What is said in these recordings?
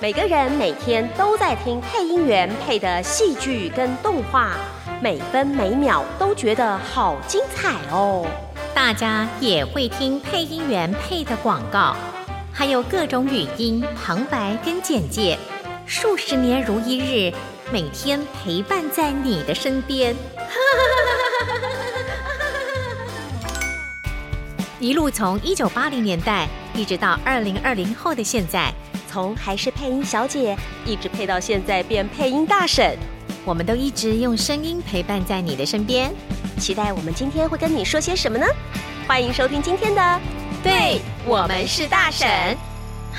每个人每天都在听配音员配的戏剧跟动画，每分每秒都觉得好精彩哦。大家也会听配音员配的广告，还有各种语音、旁白跟简介，数十年如一日，每天陪伴在你的身边。 一路从一九八零年代一直到二零二零后的现在，从还是配音小姐，一直配到现在变配音大婶，我们都一直用声音陪伴在你的身边。期待我们今天会跟你说些什么呢？欢迎收听今天的，对我们是大婶。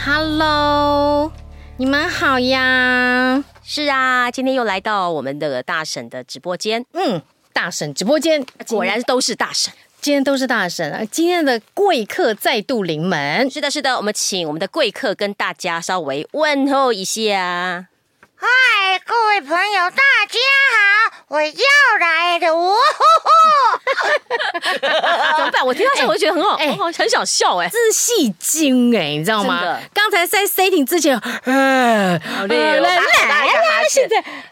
Hello，你们好呀。是啊，今天又来到我们的大婶的直播间，嗯，大婶直播间果然都是大婶。今天都是大神啊！今天的贵客再度临门，是的，是的，我们请我们的贵客跟大家稍微问候一下。嗨，各位朋友，大家好，我又来了，呜呼怎么办？我听到这，我就觉得很好，哎很好，很想笑哎、这是戏精哎、你知道真吗的？刚才在 setting 之前，呃，好累哦来呼！来，一个哈欠，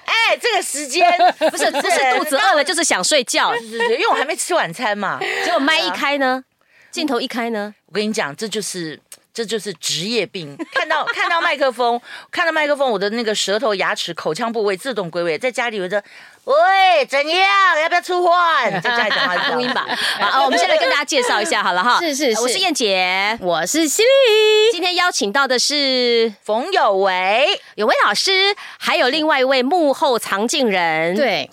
哎，这个时 间不是，不是肚子饿了，就是想睡觉。是因为我还没吃晚餐嘛。结果麦一开呢，镜头一开呢，我跟你讲，这就是这就是职业病。看到看到麦克风，看到麦克风，我的那个舌头、牙齿、口腔部位自动归位。在家里我就，喂，怎样？要不要出换？在家里讲话是这样录音吧。 好，我们先来跟大家介绍一下好了哈。是是是我是燕姐。我是犀利，今天邀请到的是冯有为，有位老师，还有另外一位幕后藏镜人。，对，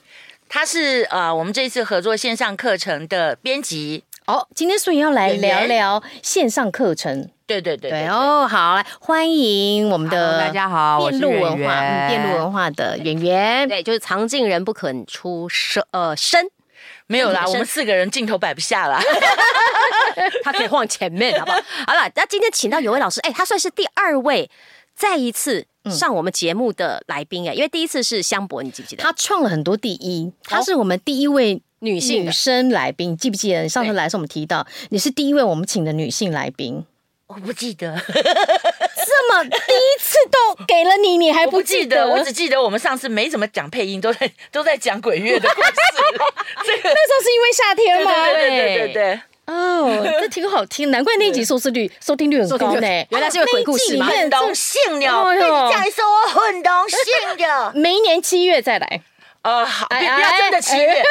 他是呃我们这一次合作线上课程的编辑。哦，今天所以要来演员聊聊线上课程，对对对对，哦，好，来欢迎我们的呃 Hello，大呃家好我是辩路文化，圆圆嗯辩路文化的演员，对，就是藏镜人不肯出声，呃，声， 没有啦，女生我们四个人镜头摆不下啦。 他可以往前面， 好不好？好了，那今天请到有位老师，哎、他算是第二位再一次嗯上我们节目的来宾哎、因为第一次是香博，你记不记得？她创了很多第一，她是我们第一位女性的女生来宾，记不记得？你上次来的时候我们提到，你是第一位我们请的女性来宾，我不记得，这么第一次都给了你，你还我哎不不记记得？得，我只记得我们上次没怎么讲配音，都在都在讲鬼月的故事。这个那时候是因为 夏天对哎吗？对对对对对，哦，这挺好听，难怪那集收视率、收听率很高 收听呢率。原来是因为鬼故事吗那一集里面东性了，哎被呦你这样一说，我很荣幸的。每一年七月再来，呃，好，不哎不哎要真的七月，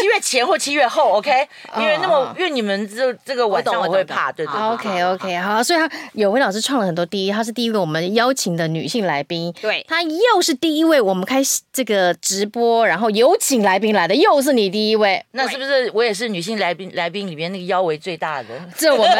七月前或七月后，OK？因为那么，因为你们这这个晚我上懂我我会懂怕，对对对。 OK OK，好，所以她有位老师创了很多第一，她是第一位我们邀请的女性来宾，对她又是第一位我们开这个直播，然后有请来宾来的，又是你第一位，那是不是我也是女性来宾来宾里面那个腰围最大的？这我们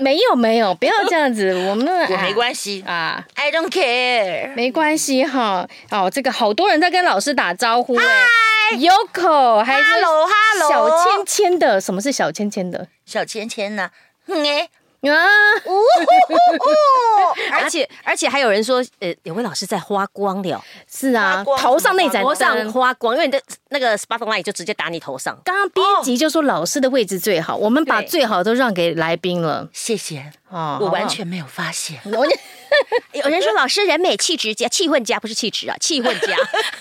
没有没有，不要这样子，我们我没系关系啊。 ，I don't care。没关系哈，哦，这个好多人在跟老师打招呼哎、y o k o 还有 Hello, hello 小芊芊的，什么是小芊芊的小芊芊呢？嗯哎、啊？而且啊而且还有人说，呃，有位老师在花光了，哎是啊发，光头上那盏头上啊灯花光，因为你的那个 spotlight 就直接打你头上。刚刚编辑就说老师的位置最好，我们把对最好都让给来宾了谢谢，哦，我完全没有发现。好不好我呃有人啊说老师人美气质佳，气混佳不是气质啊，气混佳。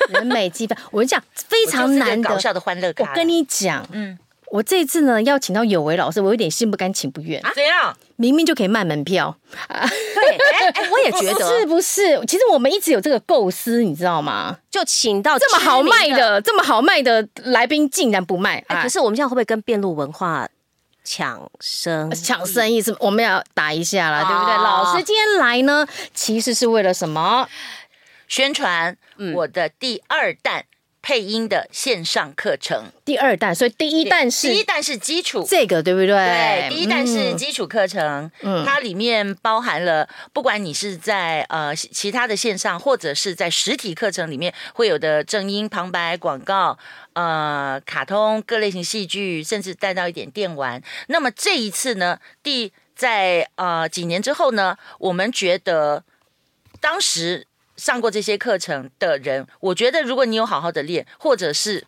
人美鸡分， 我跟你讲非我常就是个难得搞。笑的欢乐咖我啦。跟你讲，嗯，我这次呢要请到有为老师，我有点心不甘情不愿。啊怎样？明明就可以卖门票，对，哎、哎我也觉得， 是不是？其实我们一直有这个构思，你知道吗？就请到这么好卖知名的。的，这么好卖的来宾竟然不卖，哎、啊可！是我们这样会不会跟辩路文化抢生？哎抢生意是我们要打一下啊啦，对不对？哦老师今天来呢，其实是为了什么？宣传嗯我的第二弹配音的线上课程。第二弹，所以第一弹是第一弹是基础。这个，对不对？对，第一弹是嗯基础课程，它里面包含了不管你是在呃其其他的线上，或者是在实体课程里面会有的正音、旁白、广告、呃，卡通各类型戏剧，甚至带到一点电玩。那么这一次呢，第在呃几年之后呢，我们觉得当时上过这些课程的人，我觉得如果你有好好的练，或者是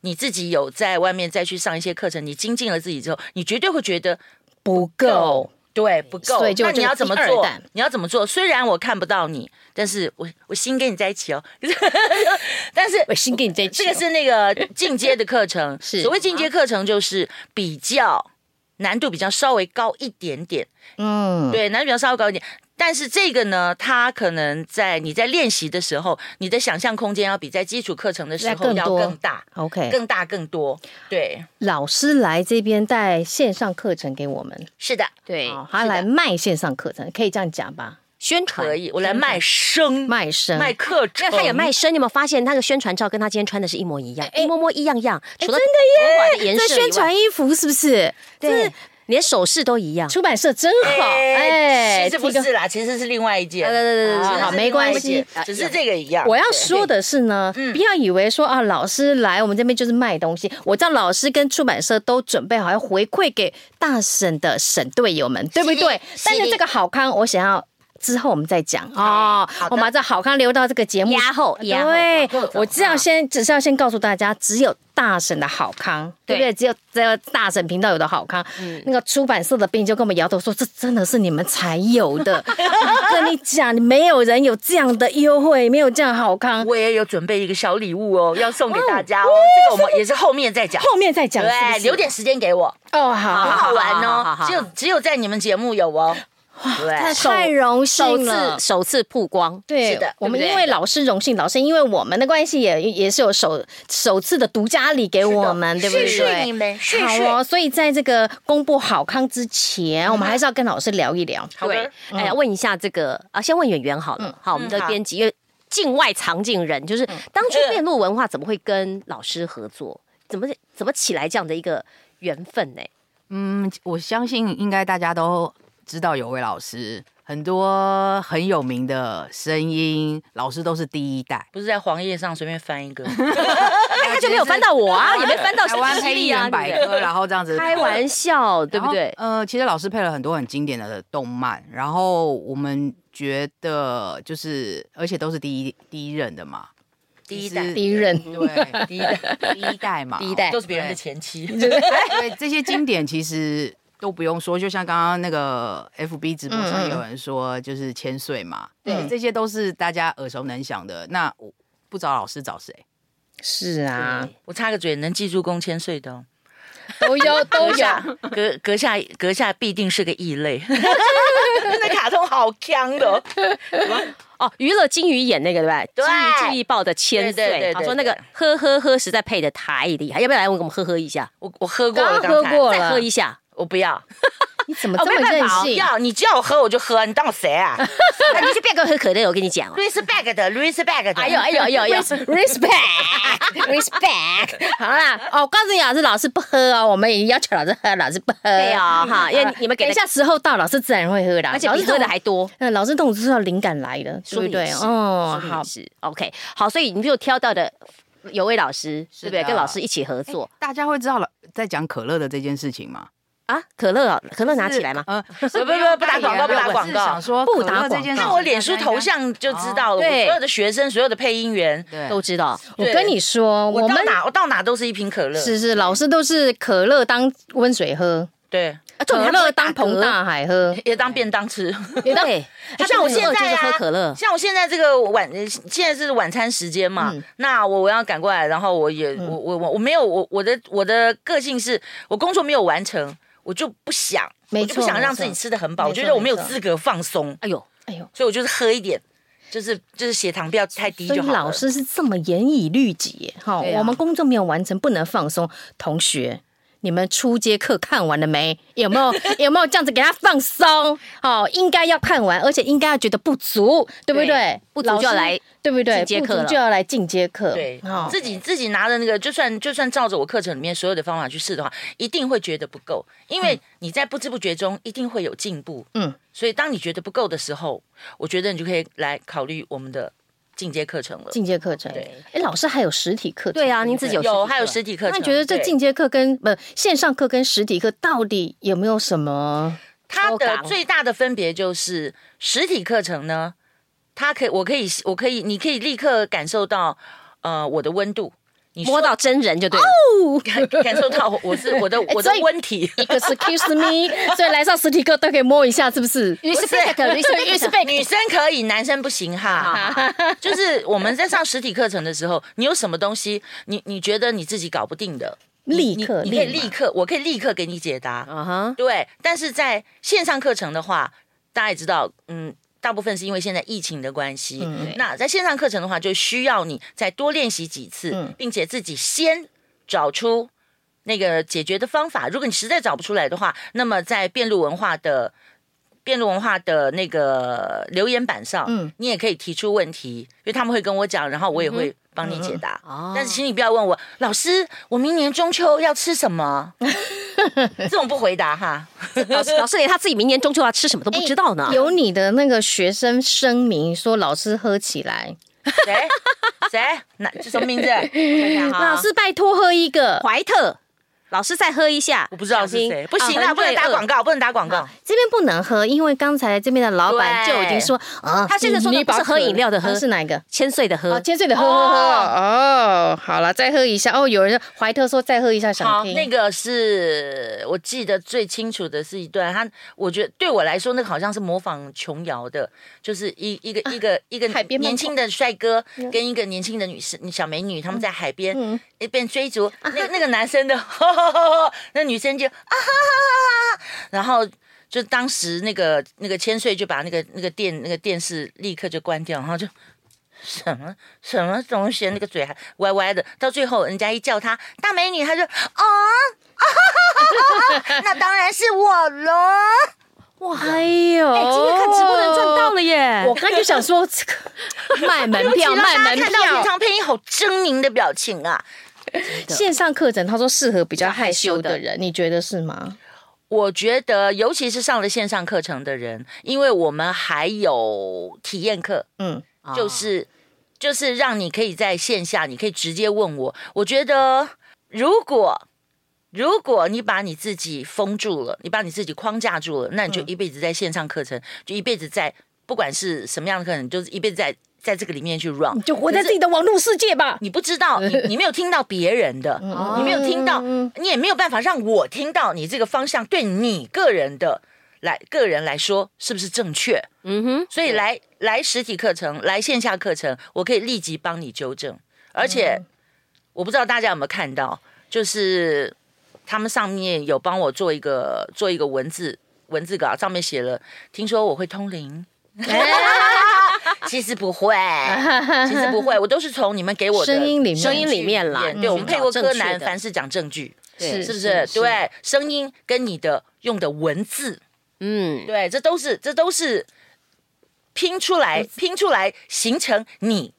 你自己有在外面再去上一些课程，你精进了自己之后，你绝对会觉得不够。对，不够。所以就那你这个要怎么第二做弹？你要怎么做？虽然我看不到你，但是我我心跟你在一起哦。 但是我先跟你在一起这哦。个是那个进阶的课程， 是所谓进阶课程就是比较难度比较稍微高一点点，嗯，对，难度比较稍微高一点。但是这个呢，它可能在你在练习的时候，你的想象空间要比在基础课程的时要候更要多更大、 OK，更大、更多。对，老师来这边带线上课程给我们，是的，对，哦他来卖线上课程，可以这样讲吧？宣传可。以，我来卖哦声、卖身卖课因程，为他有卖身，你有没有发现那个宣传照跟他今天穿的是一模一样，一模模一样样，除了头发的颜这色以宣外，传衣服是不是？对，连首饰都一样。出版社真好，哎，哎，其实不这个呃是啦，其实是另外一件。啊对对对对其实对是好另没关外一件系只是这个一样。我要对嗯说的是呢，不要以为说啊，老师来我们这边就是卖东西。我知道老师跟出版社都准备好要回馈给大省的省队友们，对不对？但是这个好康，我想要。之后我们再讲哦，我们把这好康留到这个节目压后压后对往后，走我嗯只要先只是要先告诉大家，只有大省的好康，对对不对？只有只有大省频道有的好康，嗯那个出版社的编辑就跟我们摇头说，这真的是你们才有的。 我跟你讲，你没有人有这样的优惠，没有这样好康。 我也有准备一个小礼物哦，要送给大家哦。这个我们也是后面再讲，后面再讲，是不对，是留点时间给我，哦，好很好，好玩好好哦好。好只有只有在你们节目有哦。太对，太荣首幸次了。首次曝光，对是的我们对不因对为老师荣幸，老师因为我们的关系也，也是有首首次的独家礼给我们，对不对？谢谢你们，谢好谢。哦，所以在这个公布好康之前，我们还是要跟老师聊一聊。好的，哎，问一下这个啊，先问演员好了。好，我们的嗯好编辑，因为境外藏镜人，就是当初面露文化怎么会跟老师合作？怎么怎么起来这样的一个缘分呢？嗯，我相信应该大家都知道有位老师，很多很有名的声音老师都是第一代。不是在黄页上随便翻一 个，哎他就没有翻到我啊，也没翻到台湾犀配利音啊，员百对不对科，然后这样子 开玩笑，对不对然？后呃，其实老师配了很多很经典的动漫，然后我们觉得就是，而且都是第一第一任的嘛，第一代就是第一任对，第一代第一 代嘛，第一代都是别人的前妻。 对，这些经典其实都不用说，就像刚刚那个 FB 直播上嗯嗯有人说，就是千岁嘛，对这些都是大家耳熟能详的。那我不找老师找谁？是啊，我插个嘴，能记住龚千岁的哦，都有都 有，阁阁下阁下必定是个异类。 那卡通好强的哦，哦，娱乐金鱼眼那个对吧？对金鱼记忆报的千对对对岁，对他说那个呵呵呵实在配的太厉害，要不要来我给我们呵呵一下？ 我我喝过了，刚喝刚才过了再喝一下，我不要，你怎么我这么任性？要你叫我喝我就喝，你当我谁啊啊你去变个喝可乐，我跟你讲哦。 ？Respect 的，Respect 的。哎呦哎 呦哎呦哎呦！ respect respect，好 啦，哦，我告诉你，老师老师不喝哦，我们也要求老师喝，老师不喝。对啊，哈，因为你你们等给的，一下时候到，老师自然会喝的，而且老比师喝这的种还多。嗯，老师这种就是要灵感来的，对说不的对也？是，哦，好好，是 OK，好，所以你就挑到的有位老师，是对的不对？跟老师一起合作哎大家会知道了，在讲可乐的这件事情吗？啊，可乐啊，可乐拿起来吗？嗯，不不不不打广告不打广告想说不可打乐这件事情，看我脸书头像就知道了，我对所有的学生、所有的配音员，对都知道，我跟你说，我我到们哪我到哪都是一瓶可乐。是是老师都是可乐当温水喝，对，啊重可点他不乐会打当膨嗝，大海喝，也当便当吃。对，就像我现就在是啊喝可乐，像我现在这个晚，呃现在是晚餐时间嘛，嗯那我我要赶过来，然后我也我我我我没有我我的我的个性是我工作没有完成，我就不想，没我就不错想让没自错己吃的很饱，我没错觉得我没有没错资格放松，哎呦，哎呦。所以我就是喝一点，就是就是血糖不要太低所以就好了。老师是这么严以律己耶，哈、对啊我们工作没有完成，不能放松。同学，你们初阶课看完了没？有没有 有没有这样子给他放松？哦，应该要看完，而且应该要觉得不足，对不对？对不足就要来老师，对不对？进阶课不了足就要来进阶课，对哦，自己自己拿的那个，就算就算照着我课程里面所有的方法去试的话，一定会觉得不够，因为你在不知不觉中一定会有进步。嗯，所以当你觉得不够的时候，我觉得你就可以来考虑我们的进阶课程了。进阶课程。哎，老师还有实体课程，对啊，不您自己有有实体还有课实体课那程，你觉得这对进阶课跟不、线上课跟实体课到底有没有什么？它超的纲最大的分别就是实体课程呢，它可以，我可以，我可以，你可以立刻感受到呃我的温度。你摸说到真人就对了。感感受到我是 我的我的所以问题。 Excuse me，所以来上实体课都可以摸一下，是不是？ respect，respect，respect。 女生可以，男生不行哈。 就是我们在上实体课程的时候，你有什么东西，你你觉得你自己搞不定的，立你刻，你可以立马立刻，我可以立刻给你解答。啊哈，对，但是在线上课程的话，大家也知道，嗯。大部分是因为现在疫情的关系，嗯那在线上课程的话，就需要你再多练习几次，嗯并且自己先找出那个解决的方法。如果你实在找不出来的话，那么在辩论文化的辩论文化的那个留言板上，嗯你也可以提出问题，因为他们会跟我讲，然后我也会帮你解嗯答。哦但是请你不要问我，老师，我明年中秋要吃什 么？这种不回答哈。老师老师连他自己明年中秋要吃什么都不知道呢。有你的那个学生声明说，老师喝起来， 谁谁？哪什么名字？老老，师拜托喝一个。怀特老师再喝一下，我不知道是谁，不行啊，不呃能打广告。告，不能打广告。这边不能喝，因为刚才这边的啊老板就已经说啊，他现在说的不是喝饮料的喝啊是哪一个？千岁的呃哦，喝，千岁的喝喝喝哦，好了，再喝一下哦。有人说怀特说再喝一下，想好，听那个是我记得最清楚的是一段，他我觉得对我来说，那个好像是模仿琼瑶的，就是一一个一个一个海边漫步年轻的帅哥跟一个年轻的女生小美女，他们在海边嗯一边追逐，那那个男生的，那女生就啊哈哈哈哈，然后。就当时那个那个千岁就把那个那个电那个电视立刻就关掉，然后就什么什么东西，那个嘴还歪歪的，到最后人家一叫她大美女，她就哦，那当然是我喽。哇，哎呦，哎，今天看直播的人赚到了耶！我刚就想说，这个卖门票，卖门看到平票。常配音好狰狞的表情啊！线上课程，他说适合比较害羞的人，你觉得是吗？我觉得，尤其是上了线上课程的人，因为我们还有体验课，嗯，就是、就是让你可以在线下，你可以直接问我。我觉得，如果如果你把你自己封住了，你把你自己框架住了，那你就一辈子在线上课程，就一辈子在不管是什么样的课程，你就是一辈子在在这个里面去 run 你。就活在自己的网络世界 吧。你不知道，嗯你你没有听到别人的，你没有听到，你也没有办法让我听到你这个方向对你个人的来个人来说是不是正确？嗯哼，所以来来实体课程，来线下课程，我可以立即帮你纠正。而且嗯我不知道大家有没有看到，就是他们上面有帮我做一个做一个文字文字稿，上面写了，听说我会通灵。哎 其实 不会， 其实不会，我都是从你们给我的声音里面声音里面啦去嗯对我们配过去找正柯确南，的凡事讲证据，对是不是？对，声音跟你的用的文字，嗯，对，这都是这都是拼出来拼出来形成你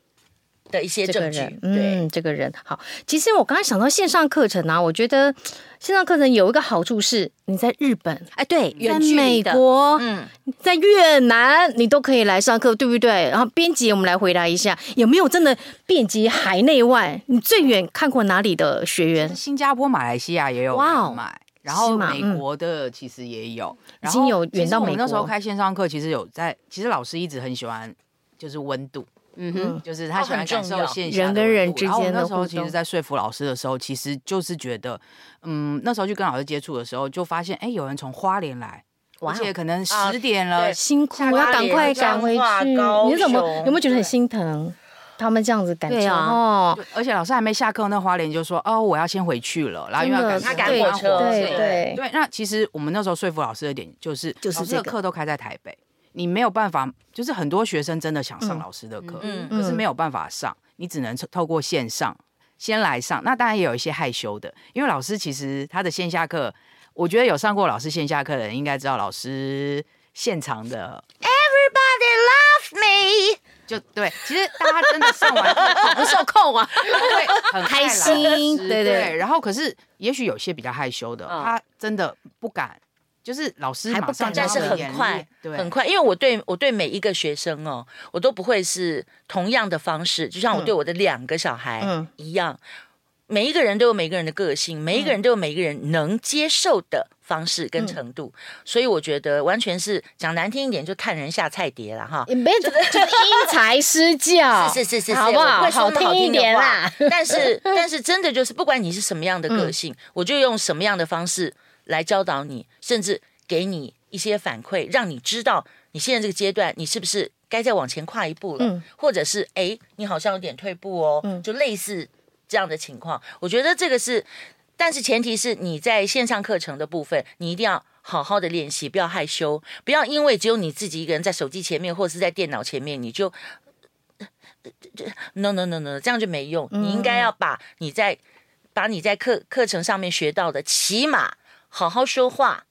的一些这个证人据，，对。嗯，这个人好。其实我刚才想到线上课程啊，我觉得线上课程有一个好处是，你在日本、哎，对，在远距离美的，国、嗯，在越南，你都可以来上课，对不对？然后编辑，我们来回答一下，有没有真的遍及海内外？你最远看过哪里的学员？新加坡、马来西亚也有哇哦人买。然后是吗嗯美国的其实也有，然经后有其远实到我美们那时候国开线上课，其实有在，其实老师一直很喜欢，就是温度，嗯哼，就是他喜欢感受线下的人跟人之间的温度然后我那时互候动其实，在说服老师的时候，其实就是觉得，嗯，那时候去跟老师接触的时候，就发现，哎，有人从花莲来，而哦且可能啊十点了对，辛苦，下要巴赶脸快赶彰回化去。高你怎么雄有没有觉得对很心疼？他们这样子感对觉啊哦，而且老师还没下课，那花莲就说：“哦，我要先回去了。”然后因为真的要啊他赶赶时间火车对是对吧对，对，那其实我们那时候说服老师的点就是，就是老师的这个课都开在台北，你没有办法，就是很多学生真的想上老师的课，嗯可是没有办法上，你只能透透过线上先来上。那当然也有一些害羞的，因为老师其实他的线下课，我觉得有上过老师线下课的人应该知道，老师现场的，Everybody love me，就对，其实大家真的上完课好不受控啊，会很爱开老心，对对，对，然后可是也许有些比较害羞的，嗯他真的不敢，就是老师还不马上敢就但是要很演快练，对，很快，因为我对我对每一个学生哦，我都不会是同样的方式，就像我对我的两个小孩嗯一样，每一个人都有每个人的个性，每一个人都有每一个人能接受的方式跟程度，所以我觉得完全是讲难听一点，就看人下菜碟了 哈。也没有就是因材施 教，是是是是，好不我好？会说好那么好听一听的点话啦。 但是但是真的就是，不管你是什么样的个性，嗯我就用什么样的方式来教导你，甚至给你一些反馈，让你知道你现在这个阶段，你是不是该再往前跨一步了，嗯或者是哎，你好像有点退步哦，就类似这样的情况。我觉得这个是，但是前提是你在线上课程的部分，你一定要。好好的练习，不要害羞，不要因为只有你自己一个人在手机前面或是在电脑前面，你就呃 no no no no，这样就没用。嗯你应该要把你在把你在课课程上面学到的，起码好好说话，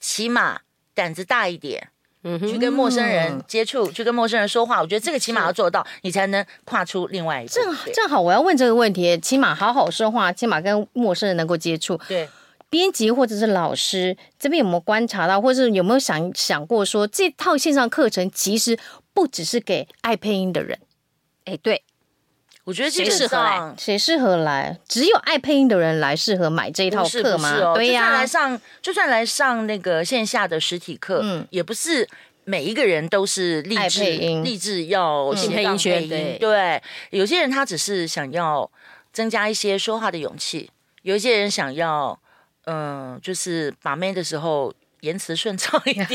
起码胆子大一点。嗯去跟陌生人接触，去跟陌生人说话，我觉得这个起码要做到，你才能跨出另外一步。正好对正好，我要问这个问题，起码好好说话，起码跟陌生人能够接触。对，编辑或者是老师这边有没有观察到，或是有没有想想过说，这套线上课程其实不只是给爱配音的人，哎，对，我觉得基谁适本合来上谁适合来？只有爱配音的人来适合买这一套不是不课吗？是哦，对就算呀、来上就算来上那个线下的实体课，嗯也不是。每一个人都是立爱志配音嗯立志要斜进配音杠圈配对对，有些人他只是想要增加一些说话的勇气，有一些人想要，嗯、就是把妹的时候言辞顺畅一点，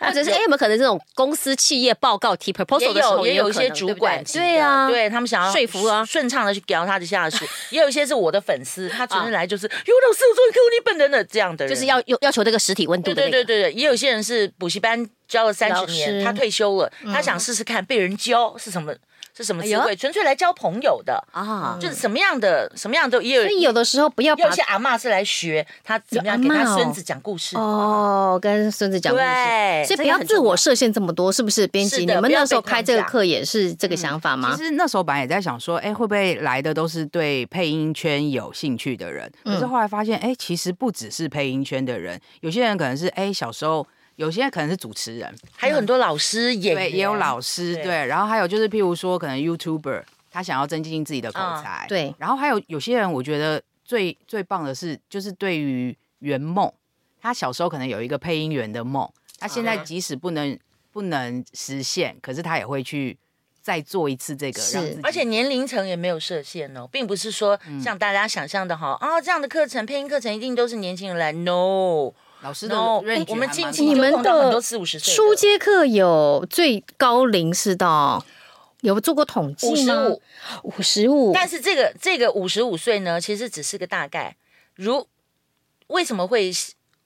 或者是哎，有没有可能这种公司企业报告提 proposal 的时候，也有一可些能主对不对管级的对啊，对他们想要说服啊顺畅的去屌他的下属，也有一些是我的粉丝，他纯粹来就是有老师，我终于克服你本人的这样的人，就是要要要求这个实体温度的那对对个，对对对，也有些人是补习班教了三老十师年，他退休了，他想试试看被人教是什么是什么词哎汇，纯粹来交朋友的，啊，就是什么样的什么样都也有所，以有的时候不要也有把一些阿嬷是来学他怎么样给有阿他嬷哦孙子讲故事，哦跟孙子讲故事，对，所这以不个要很自重我要设限这么多，是不是？编辑，是你的们不要那时候被开这个框架嗯课也是这个想法吗其？实那时候本来也在想说，哎、会不会来的都是对配音圈有兴趣的人？可是后来发现，哎、其实不只是配音圈的人，有些人可能是哎、小时候，有些人可能是主持人，还有很多老师演对，员也有老师，对对，然后还有就是譬如说，可能 YouTuber 他想要增进自己的口嗯才，对然后还有有些人，我觉得最最棒的是，就是对于圆梦，他小时候可能有一个配音员的梦，他现在嗯即使不能不能实现，可是他也会去再做一次这个，是让自己嗯而且年龄层也没有设限哦，并不是说像大家想象的哈啊、这样的课程配音课程一定都是年轻人来，no，老师的 no， range 我们还近蛮期你就们碰到很的多四五十岁的初阶课有最高龄是到有做过统计吗？ 55，五十五，但是这个这个五十五岁呢，其实只是个大概。如为什么会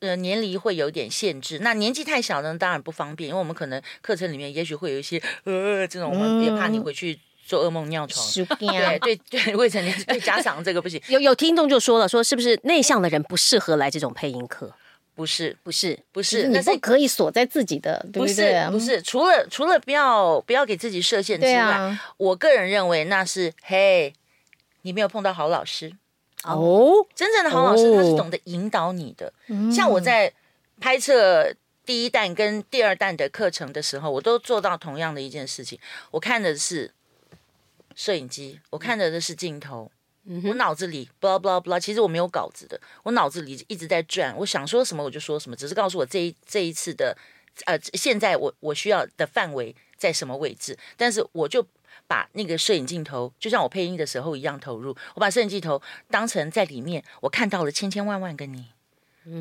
呃年龄会有点限制？那年纪太小呢，当然不方便，因为我们可能课程里面也许会有一些呃这种，我嗯们也怕你回去做噩梦尿床。十啊对对对，未成年对家长这个不行，有有听众就说了，说是不是内向的人不适合来这种配音课？不是不是，不，就是你那是不可以锁在自己的，对不对嗯是不，是，除了除了不要不要给自己设限之对外，啊，我个人认为那是嘿，你没有碰到好老师。哦，真正的好老师，他是哦嗯懂得引导你的。像我在拍摄第一弹跟第二弹的课程的时候，我都做到同样的一件事情。我看的是摄影机，我看的的是镜头，嗯我脑子里 blah blah blah，其实我没有稿子的，我脑子里一直在转，我想说什么我就说什么，只是告诉我这一这一次的呃，现在我我需要的范围在什么位置，但是我就。把那个摄影镜头，就像我配音的时候一样投入。我把摄影镜头当成在里面，我看到了千千万万个你，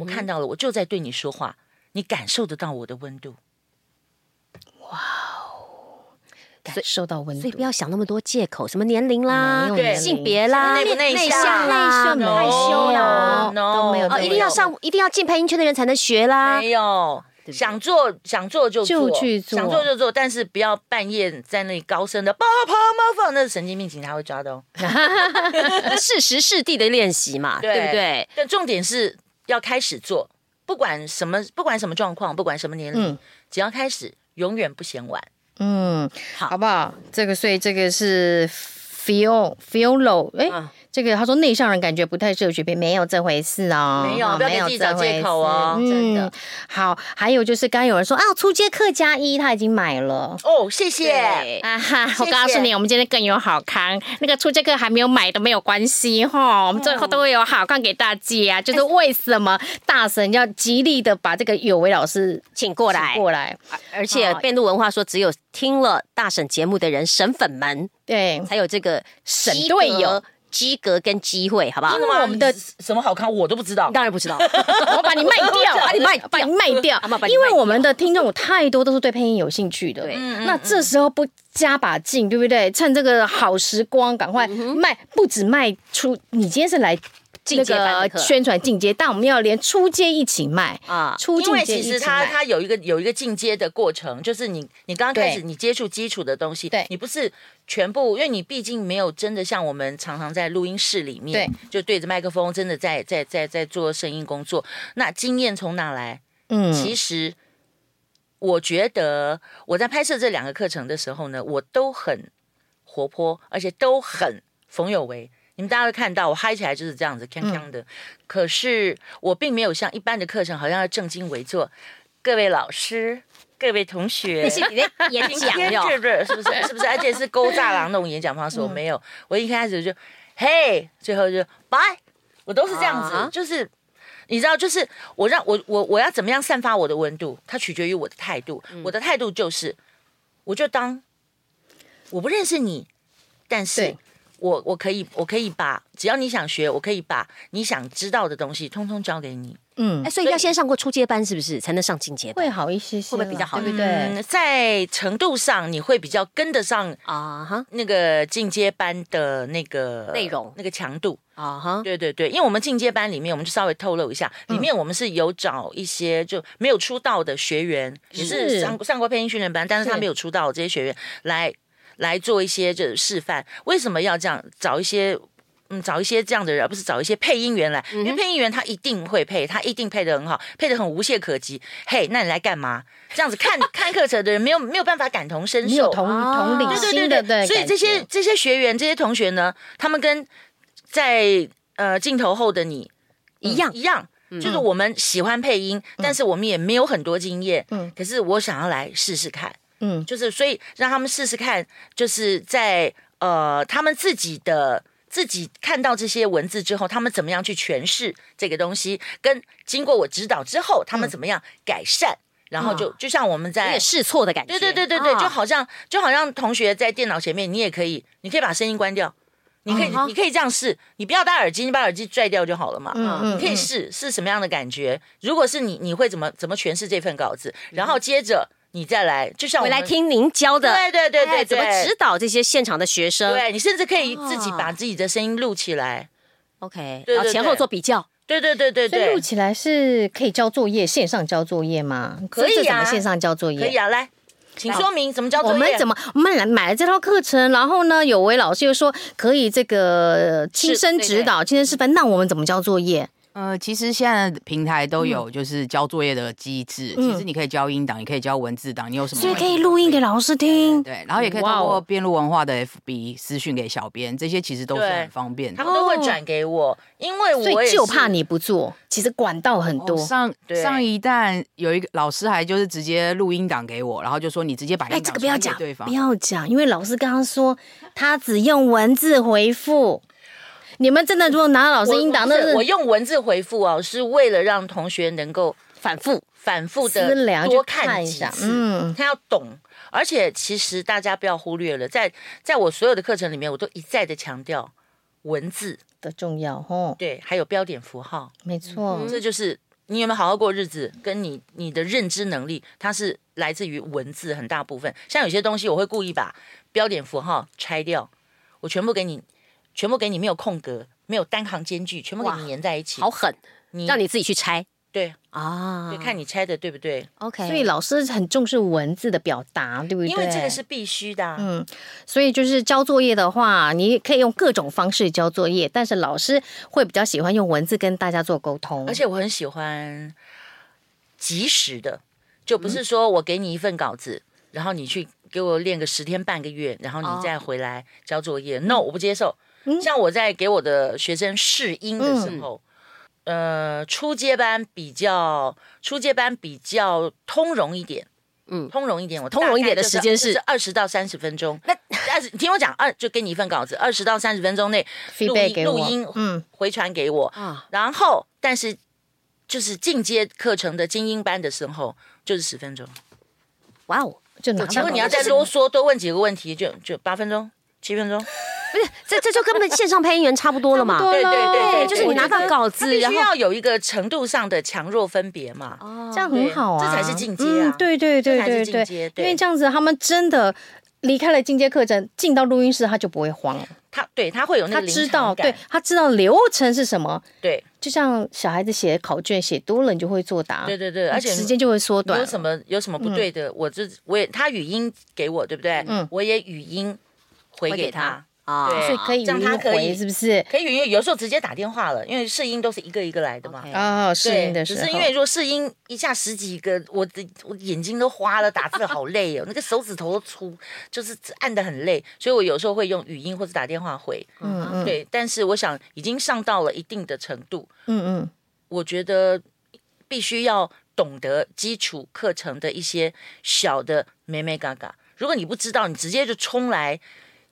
我看到了，我就在对你说话，你感受得到我的温度。感受到嗯温所度以不。要想那么多借口，什么年龄啦没有、年龄性别啦、内不内向啦、内向害羞啦 No，no，啊都没有哦，都一定要上，一定要进配音圈的人才能学啦。没有，啊想做想做就做，就去做想做就做，但是不要半夜在那里高声的“爸爸妈放”，那是神经病，警察会抓的哦。适时适地的练习嘛，对对不对？但重点是要开始做，不管什么，不管什么状况，不管什么年龄，嗯只要开始，永远不嫌晚。嗯，好不好？这个，所以这个是 feel feel low，哎、啊这个他说内向人感觉不太适合学编，没有这回事哦，没有哦不要给自己找借口哦没有这回事真的嗯，好，还有就是刚刚有人说啊，出街客加一他已经买了。哦，谢谢。啊哈！谢我告诉你，我们今天更有好康。那个出街客还没有买都没有关系哈，我们最后都会有好康给大家。哎就是为什么大神要极力的把这个有为老师请过来请。过来？而且变路文化说，只有听了大婶节目的人，神粉们对，才有这个省资队格友、资格跟机会，好不好？真的吗？我们的什么好看我都不知道。当然不知 道，我把你卖掉，把你卖，把你卖掉阿嬷把，你卖掉因为我们的听众有太多都是对配音有兴趣的。对嗯那这时候不加把劲，对不对？趁这个好时光，赶快卖，不止卖出。你今天是来进那阶班的个课宣传进阶，但我们要连出街一起卖啊出因境为街其一实起它卖。它有一个有一个进阶的过程，就是你你刚刚开始对你接触基础的东西，对你不是全部，因为你毕竟没有真的像我们常常在录音室里面，对就对着麦克风真的在在在在做声音工作，那经验从哪来？嗯，其实我觉得我在拍摄这两个课程的时候呢，我都很活泼，而且都很冯有为。你们大家会看到我嗨起来就是这样子，锵锵嗯的。可是我并没有像一般的课程，好像要正襟危坐。各位老师，各位同学，是你的演 今讲天哟。嗯是不是？是不是？是不是？而且是勾栅栏那种演讲方式，我没有。我一开始就嘿，最后就拜，我都是这样啊子，就是。你知道，就是我让我我我要怎么样散发我的温度，它取决于我的态度。嗯我的态度就是，我就当我不认识你，但是对我我可以我可以把只要你想学，我可以把你想知道的东西通通教给你。嗯哎，，所以要先上过初阶班，是不是才能上进阶班会好一些些啦，会不会比较好对不对？嗯，在程度上你会比较跟得上啊？哈那个进阶班的那个内容那个强度，啊哈，对对对，因为我们进阶班里面，我们就稍微透露一下，嗯里面我们是有找一些就没有出道的学员，也是上上过配音训练班，但是他是没有出道的这些学员来来做一些就是示范，为什么要这样找一些？嗯，找一些这样的人，而不是找一些配音员来，嗯因为配音员他一定会配，他一定配的很好，配的很无懈可击。嘿，那你来干嘛？这样子看 看课程的人没有没有办法感同身受，你有同啊嗯同哦理对心的，对，所以这些这些学员、这些同学呢，他们跟在呃镜头后的你一样嗯一样。嗯就是我们喜欢配音，但是我们也没有很多经验。嗯可是我想要来试试看，嗯就是所以让他们试试看，就是在呃他们自己的自己看到这些文字之后，他们怎么样去诠释这个东西，跟经过我指导之后，他们怎么样改善，然后就就嗯像我们有在点试错的感觉。对对对对对，啊就好像就好像同学在电脑前面，你也可以，你可以把声音关掉，你可以、嗯你可以这样试，你不要戴耳机，你把耳机拽掉就好了嘛。嗯嗯你可以试是什么样的感觉？如果是你，你会怎么怎么诠释这份稿子？嗯然后接着你再来，就像我回们来，听您教的，对对对哎对怎么对指导这些现场的学生对你甚至可以自己啊把自己的声音录起来。 ？OK，对对然后前后对做比较，对对对对所以录对，起来是可以交作业，线上交作业吗？可以啊这这怎么线上交作业？可以啊，来，请说明怎么交作我业。们怎么我们来买了这套课程，然后呢，有位老师又说可以这个呃亲身指导、亲身示范，那我们怎么交作业？呃，其实现在平台都嗯有就是交作业的机制，嗯其实你可以交音档，也可以交文字档，你有什么所以问可题？以录音给老师听。对，然后也可以哇哦通过边路文化的 FB 私讯给小编，这些其实都是对很方便的他。们都会转给我，因为我所以也就怕是你不做，其实管道很多哦。上对上一代有一个老师还就是直接录音档给我，然后就说你直接把哎，音这档个不要传给讲，对方不。要讲，因为老师刚刚说他只用文字回复。你们真的如果拿到老师音档，我那不是我是用文字回复哦，是为了让同学能够反复、反复的思量多去看一几下次，嗯他要懂。而且其实大家不要忽略了，在在我所有的课程里面，我都一再的强调文字的重要哦，对，还有标点符号，没错。这就是你有没有好好过日子，跟你你的认知能力，它是来自于文字很大部分。像有些东西，我会故意把标点符号拆掉，我全部给你，全部给你没有空格。没有单行间距，全部给哇你粘在一起。好狠，你让你自己去拆对，啊。就看你拆的对不对， OK，所以老师很重视文字的表达，对不对？因为这个是必须的啊。嗯，所以就是交作业的话，你可以用各种方式交作业，但是老师会比较喜欢用文字跟大家做沟通。而且我很喜欢及时的，就嗯不是说我给你一份稿子，然后你去给我练个十天半个月，然后你再回来交作业。No，我不接嗯受。像我在给我的学生试音的嗯时候，呃，初阶班比较初阶班比较通融一点。嗯，嗯通融一点，我通融一点的时间是二十到三十分钟。那二十，听我讲，二就给你一份稿子，二十到三十分钟内录 feedback 音给我录音嗯，回传给我，啊，然后但是就是进阶课程的精英班的时候就是十分钟。哇哦，就拿请到问你要再啰嗦多问几个问题，就就八分钟、七分钟。不是，这这就跟本线上配音员差不多了嘛。对对就是你拿到稿他子，必然须后要有一个程度上的强弱分别嘛，哦这样很好啊，这才是进阶啊嗯，对对这对才是对进对阶因对为这样子他们真的离开了进阶课程，进到录音室他就不会慌了，他对他会有那他个知临道，场对感，他知道流程是什么。对就像小孩子写考卷，写多了你就会作答，对对对，那而且啊时间就会缩短有了。什么有什么不对的，我这我也他语音给我对不对？嗯我也语音回给他，啊对所以可以这样语他音可以回是不是？可以语音，有时候直接打电话了，因为试音都是一个一个来的嘛。 OK 哦，试对音的时只候，是因为说试音一下十几个，我的我眼睛都花了，打字好累哦， 那个手指头都粗，就是按的很累，所以我有时候会用语音或者打电话回。嗯嗯对，但是我想已经上到了一定的程度，嗯嗯，我觉得必须要懂得基础课程的一些小的美美嘎嘎。如果你不知道，你直接就冲来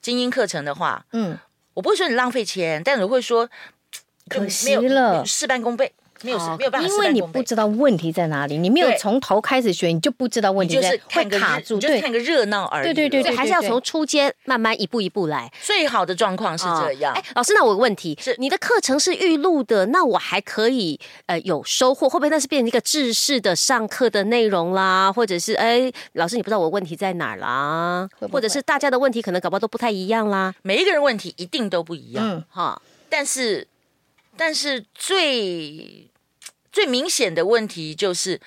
精英课程的话，嗯，我不会说你浪费钱，但我会说就可没惜有嗯了。事半功倍，没有、哦没有办法因事为半你功倍不。知道问题在哪里，你没有对从头开始学，你就不知道问你题就在是，会看个卡热住。你就是对看，个热闹而已。对对对所对以还是要从初阶慢慢一步一步来。最好的状况啊是这样哎、。老师，那我有个问题是你的课程是预录的，那我还可以呃有收获，会不会那是变成一个制式的上课的内容啦？或者是哎，老师你不知道我问题在哪儿啦？会不会或者是大家的问题可能搞不好都不太一样啦？每一个人问题一定都不一样，嗯，哈，但是但是最最明显的问题就是。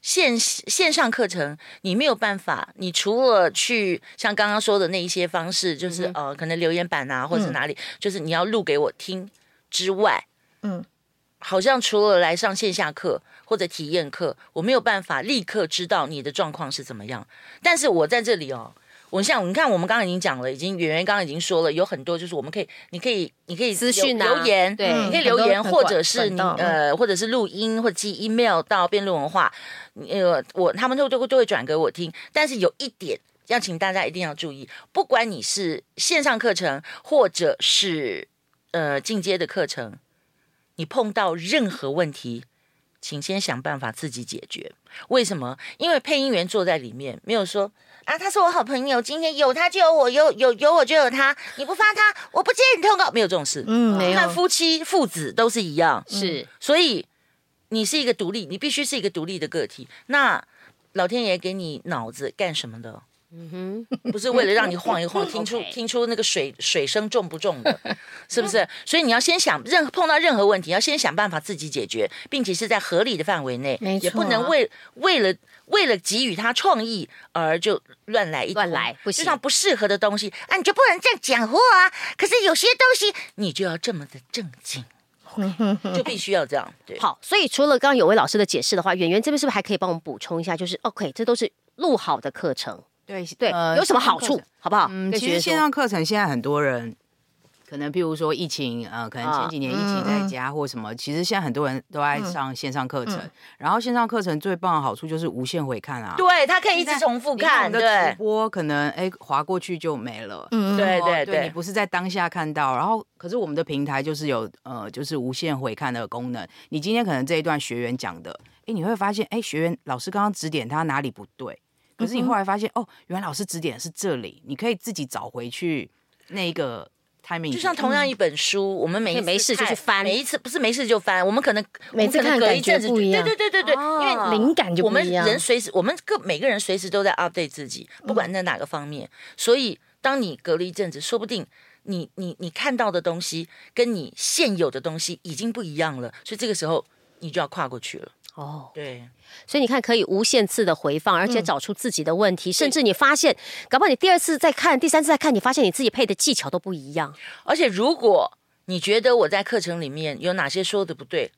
线线上课程你没有办法，你除了去像刚刚说的那一些方式，就是、嗯呃，可能留言板啊，或者是哪里，就是你要录给我听之外，嗯，好像除了来上线下课或者体验课，我没有办法立刻知道你的状况是怎么样。但是我在这里哦，我像你看，我们刚刚已经讲了，已经圆圆刚刚已经说了，有很多就是我们可以，你可以，你可以资讯啊留留言，对你可以留言，嗯很多很或者是管你道嗯呃，或者是录音或者寄 email 到辩论文化，你呃，我他们都都会都会转给我听。但是有一点要请大家一定要注意，不管你是线上课程或者是呃进阶的课程，你碰到任何问题，请先想办法自己解决。为什么？因为配音员坐在里面，没有说啊，他是我好朋友，今天有他就有我，有有有我就有他，你不发他，我不接你通告，没有这种事。嗯没有那夫妻父子都是一样，嗯是所以你是一个独立，你必须是一个独立的个体。那老天爷给你脑子干什么的？嗯哼，不是为了让你晃一晃，听出 OK 听出那个水水声重不重的，是不是？所以你要先想任碰到任何问题，要先想办法自己解决，并且是在合理的范围内，没错啊也不能为为了为了给予他创意而就乱来一通乱来不行就像不适合的东西啊，你就不能这样讲话啊。可是有些东西你就要这么的正 经，就必须要这样。对，好。所以除了刚刚有位老师的解释的话，演员这边是不是还可以帮我们补充一下？就是 OK，这都是录好的课程，对呃对，有什么好处？好不好？嗯，跟其学实生线说上课程现在很多人，呃可能譬如说疫情，呃，可能前几年疫情在家或什么，其实现在很多人都爱上线上课程。然后线上课程最棒的好处就是无限回看啊，对他可以一直重复你看看，我们的对直播可能哎划过去就没了。嗯嗯对哦对你对，不是在当下看到，然后可是我们的平台就是有呃，就是无限回看的功能。你今天可能这一段学员讲的，哎，你会发现，哎，学员老师刚刚指点他哪里不对，可嗯是你后来发现，哦，原来老师指点的是这里，你可以自己找回去那一个嗯 timing 嗯点。就像同样一本书，我们每可一以次没事就看去翻每一次不是没事就翻，我们可能每次我们可能看隔感一阵觉子不就一样对对对对对，哦因为灵感就我不们一样。人随时，我们各每个人随时都在 update 自己，不嗯管在哪个方面，所以当你隔了一阵子，说不定。你你你看到的东西跟你现有的东西已经不一样了，所以这个时候你就要跨过去了。哦。对，所以你看，可以无限次的回放，而嗯且找出自己的问题，甚至你发现，搞不好你第二次再看、第三次再看，你发现你自己配的技巧都不一样。而且如果你觉得我在课程里面有哪些说的不对，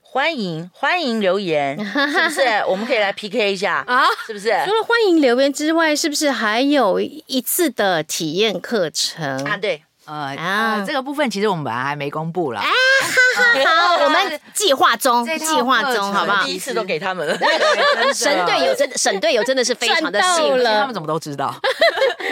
欢迎欢迎留言，是不是？我们可以来 PK 一下啊，是不是？除了欢迎留言之外，是不是还有一次的体验课啊，程？对，呃，啊呃这个部分其实我们本来还没公布哎啦。好，我们计划中，这套计划课中，程好不好第？一次都给他们了， 神队友真的省队友真的是非常的赚到幸而运且了。他们怎么都知 道？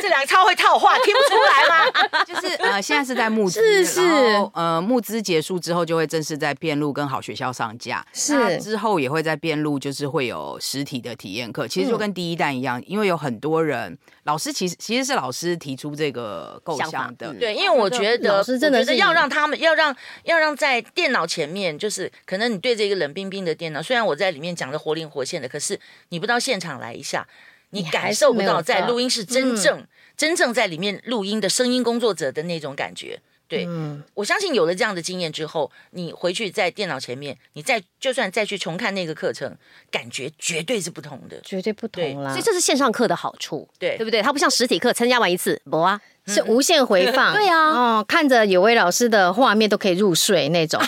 这两个超会套话，听不出来吗？就是呃，现在是在募是资，是然后呃，募资结束之后就会正式在遍路跟好学校上架。是那之后也会在遍路，就是会有实体的体验课。其实嗯就跟第一弹一样，因为有很多人，老师其实其实是老师提出这个构想法想嗯的，对，因为我觉得，老师真的我觉得是要让他们，要让要让在电脑前面，就是可能你对着一个冷冰冰的电脑，虽然我在里面讲的活灵活现的，可是你不到现场来一下，你还感是受不没有到在到嗯录音室真正、真正在里面录音的声音工作者的那种感觉。对，嗯我相信有了这样的经验之后，你回去在电脑前面，你再就算再去重看那个课程，感觉绝对是不同的。绝对不同啦所以，这是线上课的好处，对对不对？它不像实体课，参加完一次，不啊，是无限 回放。对啊哦，看着有位老师的画面都可以入睡那 种。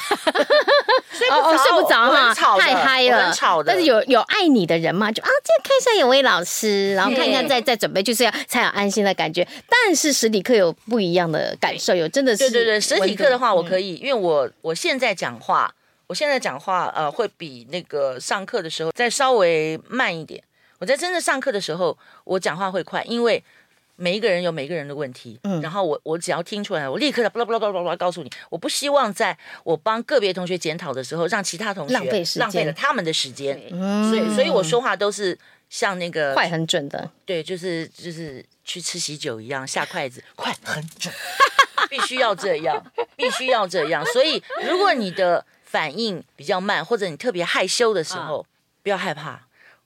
睡哦 哦，睡不着我哈，很吵的太嗨我了，很吵的。但是有有爱你的人嘛，就啊，这看一下有位老师，然后看一下对再再准备，就是要才有安心的感觉。但是实体课有不一样的感受，有真的是嗯对对对，实体课的话，我以可以，因为我我现在讲话，我现在讲话，呃，会比那个上课的时候再稍微慢一点。我在真正上课的时候，我讲话会快，因为每一个人有每一个人的问题，嗯然后我我只要听出来，我立刻的巴拉巴拉巴拉巴拉告诉你。我不希望在我帮个别同学检讨的时候，让其他同学浪费时间浪费了他们的时间，嗯所以所以我说话都是像那个快很准的，对，就是就是去吃喜酒一样，下筷子快很准，必须要这样，必须要这样。所以，如果你的反应比较慢，或者你特别害羞的时嗯候，不要害怕。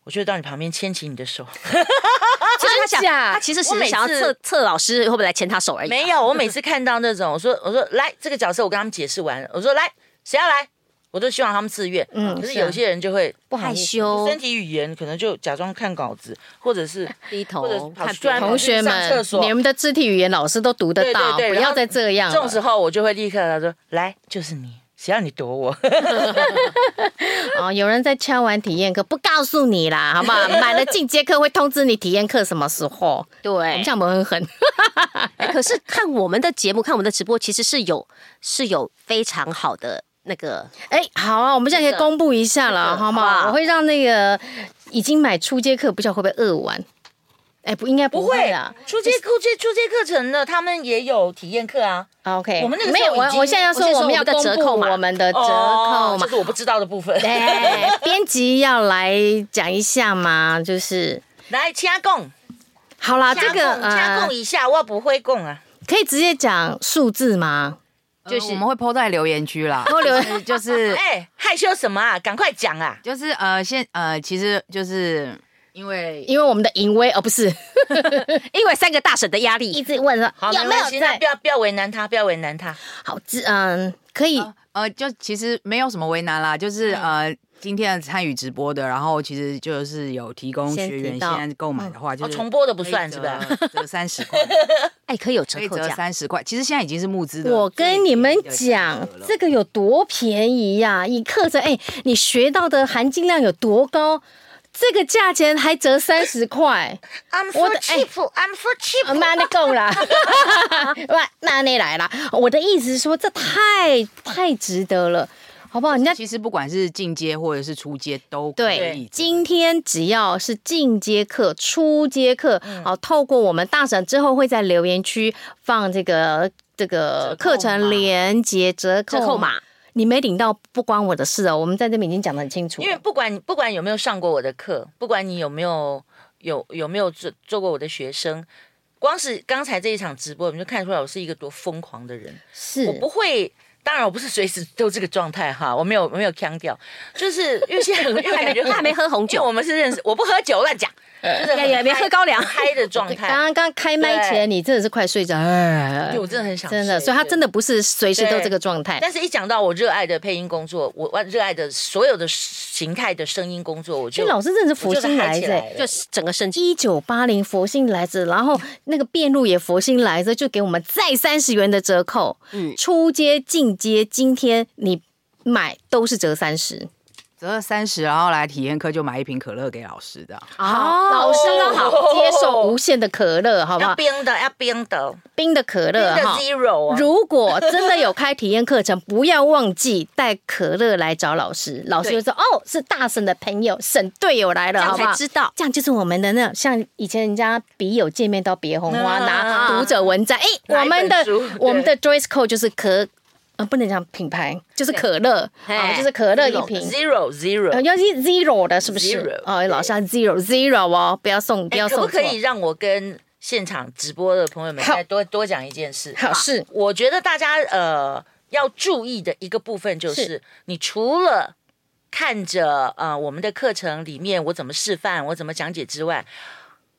我就会到你旁边牵起你的手，哎其实他想，真假他其实只啊我是每想要次测测老师会不会来牵他手而已。啊没有。我每次看到那种，我说我说来这个角色，我跟他们解释完，我说来谁要来，我都希望他们自愿。嗯可是是啊有些人就会不好害意思。羞身，体语言，可能就假装看稿子，或者 是低或者头跑看去突别人然同学上厕们，所你们的肢体语言老师都读得到，对对对不然要后再这样这种时了。候，我就会立刻他说来就是你，谁让你躲我？哦，有人在敲完体验课，不告诉你啦，好 不好？买了进阶课会通知你体验课什么时候。我对们这。样我们很 狠，哎可是看我们的节目，看我们的直播，其实是有是有非常好的那个哎，好啊，我们现在可以公布一下这个了，好好不吗？好我会让那个已经买初阶课，不知道会不会饿完？哎，不应该不会啦。出街出街出街课程的，他们也有体验课啊。啊 OK，我们那个时候没有，我已经我现在要说我是说我们要我们的公折布扣嘛我们的折扣哦嘛这。是我不知道的部分。对，编辑要来讲一下嘛，就是 来，掐供，好啦，这掐个供，掐呃供，一下，我不会供啊。可以直接讲数字吗？就是、呃我们会抛在留言区啦，抛留言就是就 是哎，害羞什么啊？赶快讲啊！就是呃，现呃，其实就是因为因为我们的淫威，哦而不是 因为三个大婶的压力，一直问说好，有没关有系那在不要不要为难他，不要为难他。好，这嗯，可以呃呃，就其实没有什么为难啦，就是、呃。今天参与直播的，然后其实就是有提供先学员提到嗯现在购买的话，就哦，是重播的不算是吧？可以折三十块，哎，可以有折可以扣折价。三十块。其实现在已经是募资的。我跟你们讲，这个有多便宜呀、以课程，哎、你学到的含金量有多高？这个价钱还折三十块， I'm 我 for 的哎 cheap, I'm for cheap。妈的够啦， 哇，那那来啦！我的意思是说，这太太值得了，好不好？人家其实不管是进阶或者是出阶都可对以，今天只要是进阶课、初阶课，嗯好、透过我们大婶之后会在留言区放这个这个折扣课码程连接折扣折扣码，你没领到不关我的事哦，我们在这边已经讲得很清楚了。因为不管你不管有没有上过我的课，不管你有没有有有没有做做过我的学生，光是刚才这一场直播，你就看出来我是一个多疯狂的人。是我不会，当然我不是随时都这个状态哈，我没有我没有腔调，就是因为 现在因为感觉他还没喝红因为酒，我们是认识，我不喝酒乱讲，呃就是很也也没嗨喝高粱很嗨的状 刚态。刚刚开麦前，你真的是快睡着，哎对，我真的很想真的，睡所以他对真的不是随时都对这个状态。但是一讲到我热爱的配音工作，我我热爱的所有的形态的声音工作，我所就以老师真的是我佛就是心嗨来起着、来了，就是整个身体一九八零佛心来着，然后那个遍路也佛心来着，就给我们再三十元的折扣。嗯初阶、进阶，今天你买都是折三十，折了三十，然后来体验课就买一瓶可乐给老师的。啊好，老师都好接受无限的可乐，好不要好？冰的，要冰的，冰的可冰乐的哈。 zero 啊。如果真的有开体验课程，不要忘记带可乐来找老师，老师就说：“哦，是大婶的朋友，省队友来了，这样好不才好？”知道。这样就是我们的那像以前人家笔友见面到别红花，嗯拿读者文摘。哎、拿我一本们的书我们的 Joyce Cole 就是可，呃，不能讲品牌，就是可乐，嘿啊，就是可乐一瓶。 zero 呃， zero，要是 zero 的，是不是 Zero，？哎哦，老师要 zero zero 哦，不要送，不要可送不错。可以让我跟现场直播的朋友们好再多多讲一件事？啊好是我觉得大家呃要注意的一个部分就是，是你除了看着呃我们的课程里面我怎么示范、我怎么讲解之外，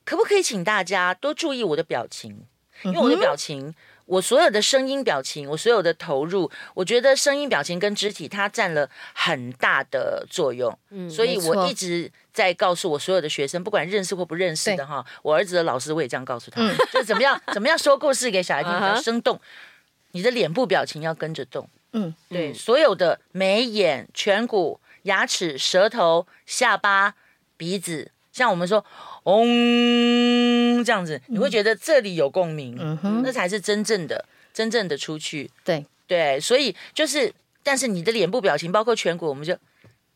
可不可以请大家多注意我的表情？因嗯为我的表情，我所有的声音表情，我所有的投入，我觉得声音表情跟肢体它占了很大的作用。嗯，所以没错我一直在告诉我所有的学生，不管认识或不认识的哈，我儿子的老师我也这样告诉嗯他，就是怎么样怎么样说故事给小孩 听比较生动，你的脸部表情要跟着动。嗯，对，所有的眉眼、颧骨、牙齿、舌头、下巴、鼻子，像我们说嗡、这样子，嗯你会觉得这里有共鸣，那才是真正的、真正的出去。对，对，所以就是，但是你的脸部表情，包括颧骨，我们就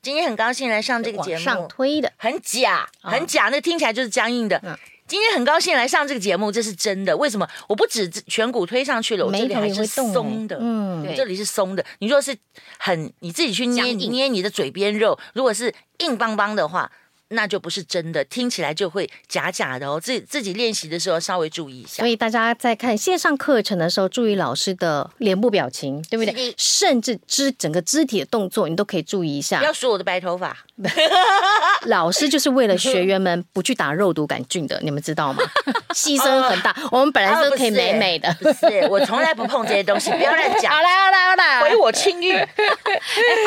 今天很高兴来上这个节往上啊目，推的，很假，很假，那听起来就是僵硬的。嗯今天很高兴来上这个节目，这是真的。为什么？我不止颧骨推上去了，我这眉里头还也是会动、松的。哎嗯，对这里是松的。你若是很你自己去捏僵硬捏你的嘴边肉，如果是硬邦邦的话，那就不是真的，听起来就会假假的哦。自自己练习的时候稍微注意一下所。以大家在看线上课程的时候，注意老师的脸部表情，对不是对？甚至肢整个肢体的动作，你都可以注意一不要下。数我的白头发，老师就是为了学员们不去打肉毒杆菌的，你们知 道吗？牺牲很大。我们本来都可以美美的。啊不是，我从来不碰这些东西，不要乱好讲，啦好啦好啦，毁我清誉。哎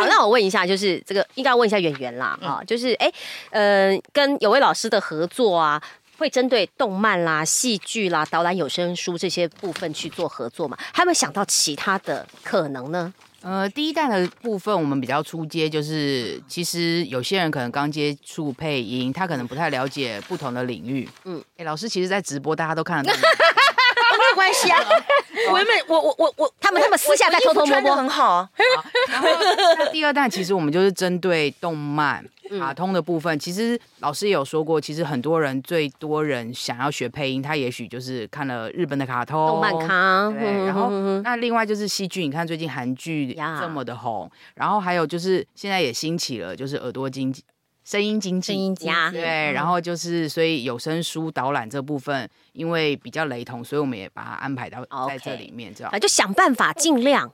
好，那我问一下，就是这个应该要问一下演员啦，啊，就是哎，嗯，跟有位老师的合作啊。会针对动漫啦、戏剧啦、导览有声书这些部分去做合作嘛？还有没有想到其他的可能呢？呃，第一弹的部分我们比较出街，就是其实有些人可能刚接触配音，他可能不太了解不同的领域。嗯，哎、老师其实，在直播大家都看得到你。没有关系啊，我原本我我我我， 他们他们私下在偷偷摸摸我衣服穿得很好啊，然后那第二弹其实我们就是针对动漫、卡通的部分。其实老师也有说过，其实很多人最多人想要学配音，他也许就是看了日本的卡通、动哦漫咖，对，嗯然后嗯嗯嗯那另外就是戏剧，你看最近韩剧呀这么的红，然后还有就是现在也兴起了，就是耳朵经济、声音经济，声音机呀对，然后就是所以有声书导览这部分，因为比较雷同，所以我们也把它安排到 OK 在这里面，这样啊，。就想办法尽量，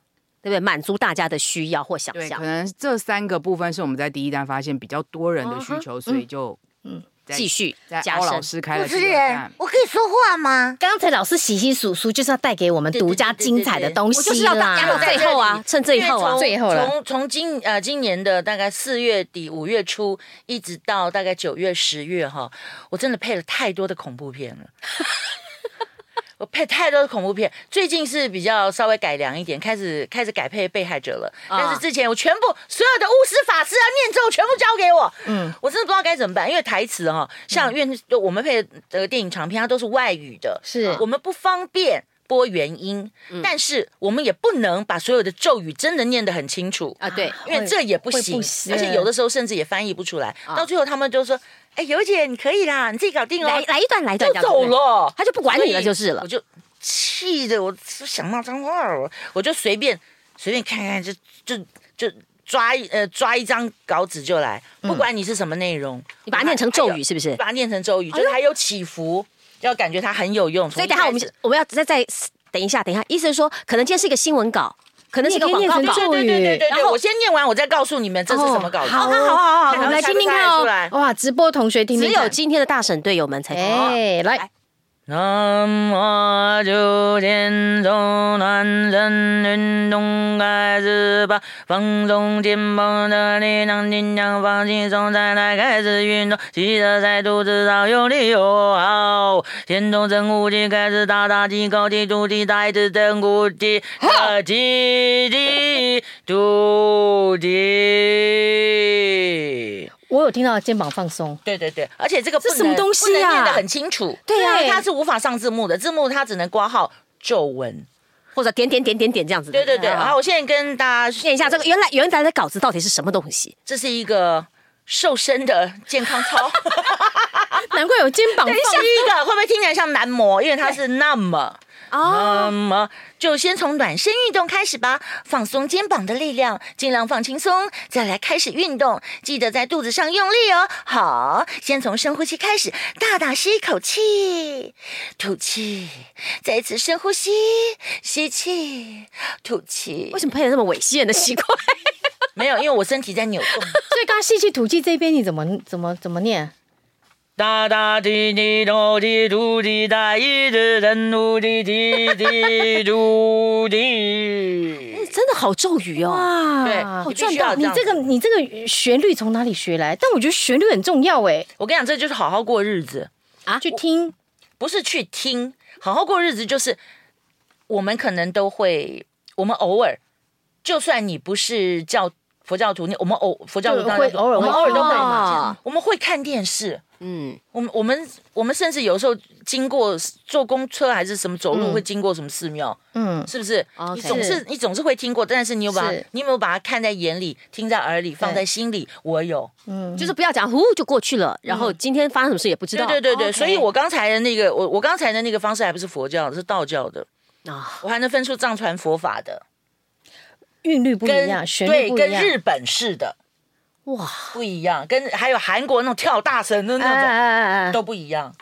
对不对？满足大家的需要或想对，可象。能这三个部分是我们在第一单发现比较多人的需求，所以就嗯继续在加欧老深师哎开了主第持二人单，，哎我可以说话吗？刚才老师洗洗数数，就是要带给我们独家精彩的东我就是西要大家啦。最后啊，趁这一后啊，最后了从从今呃今年的大概四月底五月初，一直到大概九月十月哈，我真的配了太多的恐怖片了。我配太多的恐怖片，最近是比较稍微改良一点，开始开始改配被害者了。啊但是之前我全部所有的巫师、法师啊、念咒全部交给我，嗯，我真的不知道该怎么办，因为台词哈、像因为我们配的呃电影长片，它都是外语的，是我们不方便播原音，但是我们也不能把所有的咒语真的念得很清楚啊， 对，因为这也不会行，不行而且有的时候甚至也翻译不出来。到最后他们就说：“哎，尤姐，你可以啦，你自己搞定哦。”来来一段，来一段，这就样子走，了，他就不管你了所以就是了我。就气的，我就想骂脏话了，我我就随便随便看看，就就就抓一呃抓一张稿纸就来，不管你是什么内容，嗯你把它念成咒还语有是不是？哎把它念成咒语，就是还有起伏，要感觉它很有用。所以从等一一下我们开始就我们要再再等一下，等一下，意思是说，可能今天是一个新闻稿，可能是一个你广也可以告念稿成，咒对语对对对然对，后哦我先念完，我再告诉你们这是什么稿子。好看好好我们来听听看出来哦。哇，直播同学听只听看有今天的大婶队友们才知道。哦哎，来，南无九天中暖身运动开始吧，放松肩膀的力量，尽量放轻松，再来开始运动。记得在肚子上有力有好，先从深呼吸开始，大大吸口气，吐气，再次深呼吸，大气气，吐气。我有听到肩膀放松，对对对，而且这个不这什么能东西不能念啊得很清楚，对因为它是无法上字幕的，字幕它只能挂号皱纹。或者点点点点点这样子的。对对对，啊然后我现在跟大家念一下这个原来原来的稿子到底是什么东西？这是一个瘦身的健康 操，难怪有肩膀第。放一个会不会听起来像男模？因为它是那么。那么就先从暖身运动开始吧，放松肩膀的力量，尽量放轻松，再来开始运动。记得在肚子上用力哦。好，先从深呼吸开始，大大吸一口气，吐气，再一次深呼吸，吸气，吐气为。什么配的这么猥亵人的习惯？没有，因为我身体在扭动。所以刚刚吸气吐气这边你怎么怎么怎么念？哒哒滴滴咚滴嘟滴哒，一直人嘟滴滴滴嘟滴。 真的好咒语哦！哇，对好你必须要赚到！这你样这个你这个旋律从哪里学来？但我觉得旋律很重要哎， 我跟你讲，这就是好好过日子，啊，去听不是去听。好好过日子就是，我们可能都会，我们偶尔，就算你不是教佛教徒，你我们偶佛教徒当对然会就偶尔我们会偶尔都会嘛，嘛？我们会看电视。嗯，我们我们我们甚至有时候经过坐公车还是什么走路会经过什么寺庙，嗯，是不是？ OK 你总是你总是会听过，但是你有把是你有没有把它看在眼里、听在耳里、放在心里？我有，就是不要讲，呼就过去了，然后今天发生什么事也不知嗯对道。对对对， OK 所以我刚才的那个，我我刚才的那个方式还不是佛教的，是道教的，啊，我还能分出藏传佛法的，韵律不一跟样，旋律对不一跟样。日本式的哇，不一样，跟还有韩国那种跳大神的那种哎哎都不一样。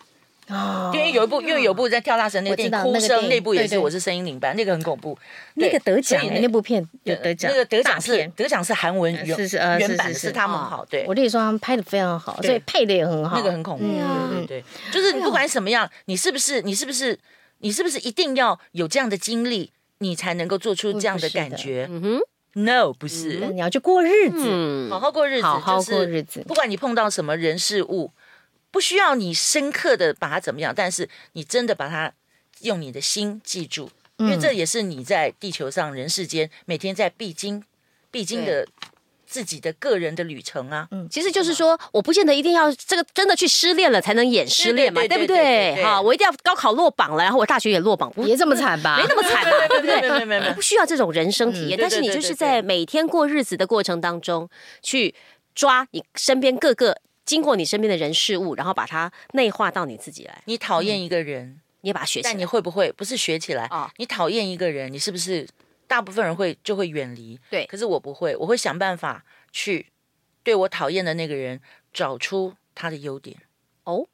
哦因为有一部，因为有一部在跳大神那个电影，我知道哭声那个电影那部也对是，对我是声音领班，那个很恐怖。那个对得奖所以呃哎，那部片有得奖，那个得奖大是片得奖是韩文原是是呃原是版是是是他们哦好，对我，弟说他们拍的非常好，对所以配的也很好。嗯那个很恐怖，哦对对对，就是哎你不管什么样，你是不是你是不是你是不是一定要有这样的经历，你才能够做出这样的感觉嗯哼， ？No，不是，你要去过日子，嗯好好过嗯日子，嗯好好就是过日子不管你碰到什么人事物，不需要你深刻的把它怎么样，但是你真的把它用你的心记住，因为嗯这也是你在地球上人世间每天在必经必经的自己的个人的旅程啊。其实就是说，我不见得一定要这个真的去失恋了才能演失恋嘛，对对不对对对对？对对好，我一定要高考落榜了，然后我大学也落榜，不别这么惨吧没？那么惨嘛，啊 嗯对不 没有对？没有没有没有不需要这种人生体验，嗯但是你对对对就是对对在每天过日子的过程当中，去抓你身边各个经过你身边的人事物，然后把它内化到你自己来，你讨厌一个人，你也把它学起但你来。会不会不是学起来？嗯啊你讨厌一个人，你是不是大部分人会就会远离？对可是我不会，我会想办法去对我讨厌的那个人找出他的优点。哦，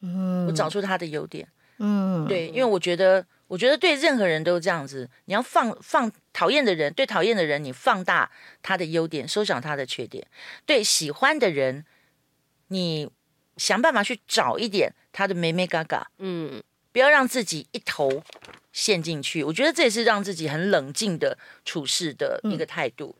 我找出他的优点。嗯，对，因为我觉得，我觉得对任何人都这样子，你要放放讨厌的人，对讨厌的人，你放大他的优点，收小他的缺点；对喜欢的人，你想办法去找一点他的美美嘎嘎，嗯，不要让自己一头陷进去。我觉得这也是让自己很冷静的处事的一个态度。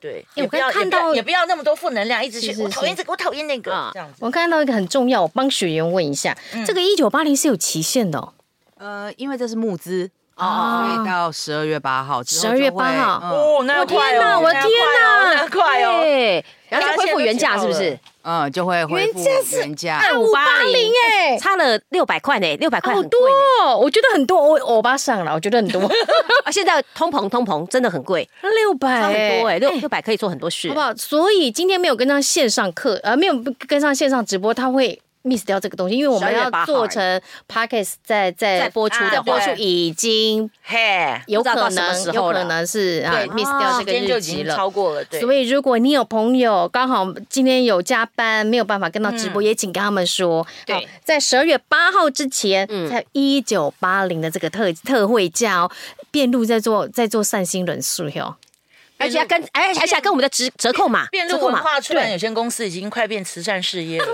对，嗯哎也我不刚要看也不要到也不要那么多负能量，一直去是是我讨厌是哦这个，我讨厌那个，啊这样子。嗯我看到一个很重要，我帮学员问一下，这个一九八零是有期限的哦，呃，因为这是募资。哦哦，所以到十二月八号之后就会， 12月8号嗯哦，那要快哎天哪哦！我那要天快哦那要快哦！对，然后就恢复原价大家是现不在都知道是哎了？嗯，就会恢复原啊价。哎五八零哎，差了六百块呢，六百块好很贵多呢。哦，我觉得很多，我欧巴上了，我觉得很 多，啊，现在通膨通膨真的很贵，六百差很多哎，六六百可以做很多事好不。好？所以今天没有跟上线上课，呃，没有跟上线上直播，他会 miss 掉这个东西，因为我们12月要8号做成 podcast 再再再播出的再播话出已经嘿，有啊不知道可到什么能时候有了可能是啊对 miss 掉这时个间就日已期经了。超过了，对。所以，如果你有朋友刚好今天有加班，没有办法跟到直嗯播，也请跟他们说，对好在十二月八号之前，嗯在一九八零的这个特特惠价哦，变路在做在做善心人数哟，而且还跟哎，而且还跟我们的折折扣码，变折路扣文码化出版有限公司已经快变慈善事 业了，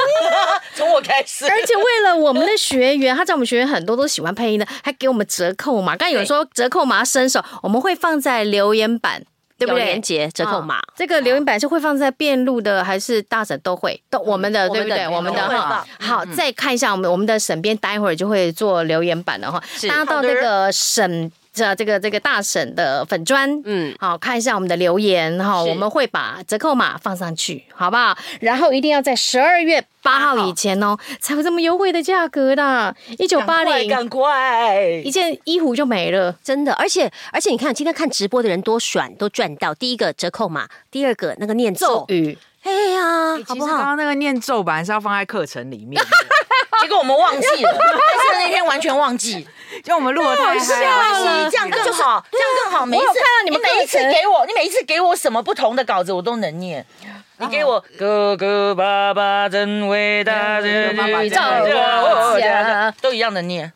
从我开始。而且为了我们的学员，他在我们学员很多都喜欢配音的，还给我们折扣码。刚才有人说折扣码要伸手，我们会放在留言板，对不有对？连接折扣码啊，这个留言板是会放在变路的，还是大婶都会都我们的，我对们不的对？我们的都会哈吧，好，再看一下我们我们的沈编，待会儿就会做留言板了哈。大家到好的那个沈这这个这个大婶的粉砖，嗯，好看一下我们的留言哈，是我们会把折扣码放上去，好不好？然后一定要在十二月八号以前哦，才有这么优惠的价格的，一九八零赶快！一件衣服就没了。真的，而且而且你看，今天看直播的人多爽，都赚到。第一个折扣码，第二个那个念咒，雨哎呀，欸好其不实刚好？刚那个念咒本来是要放在课程里面的， 结果我们忘记了，但是那天完全忘记。就我们录的太嗨关哦了。系这样更好，这样更好。每一次啊我有看到你们每一次课程给我，你每一次给我什么不同的稿子，我都能念。啊你给我哥哥爸爸真伟大，嗯爸爸宇宙家都一样的念。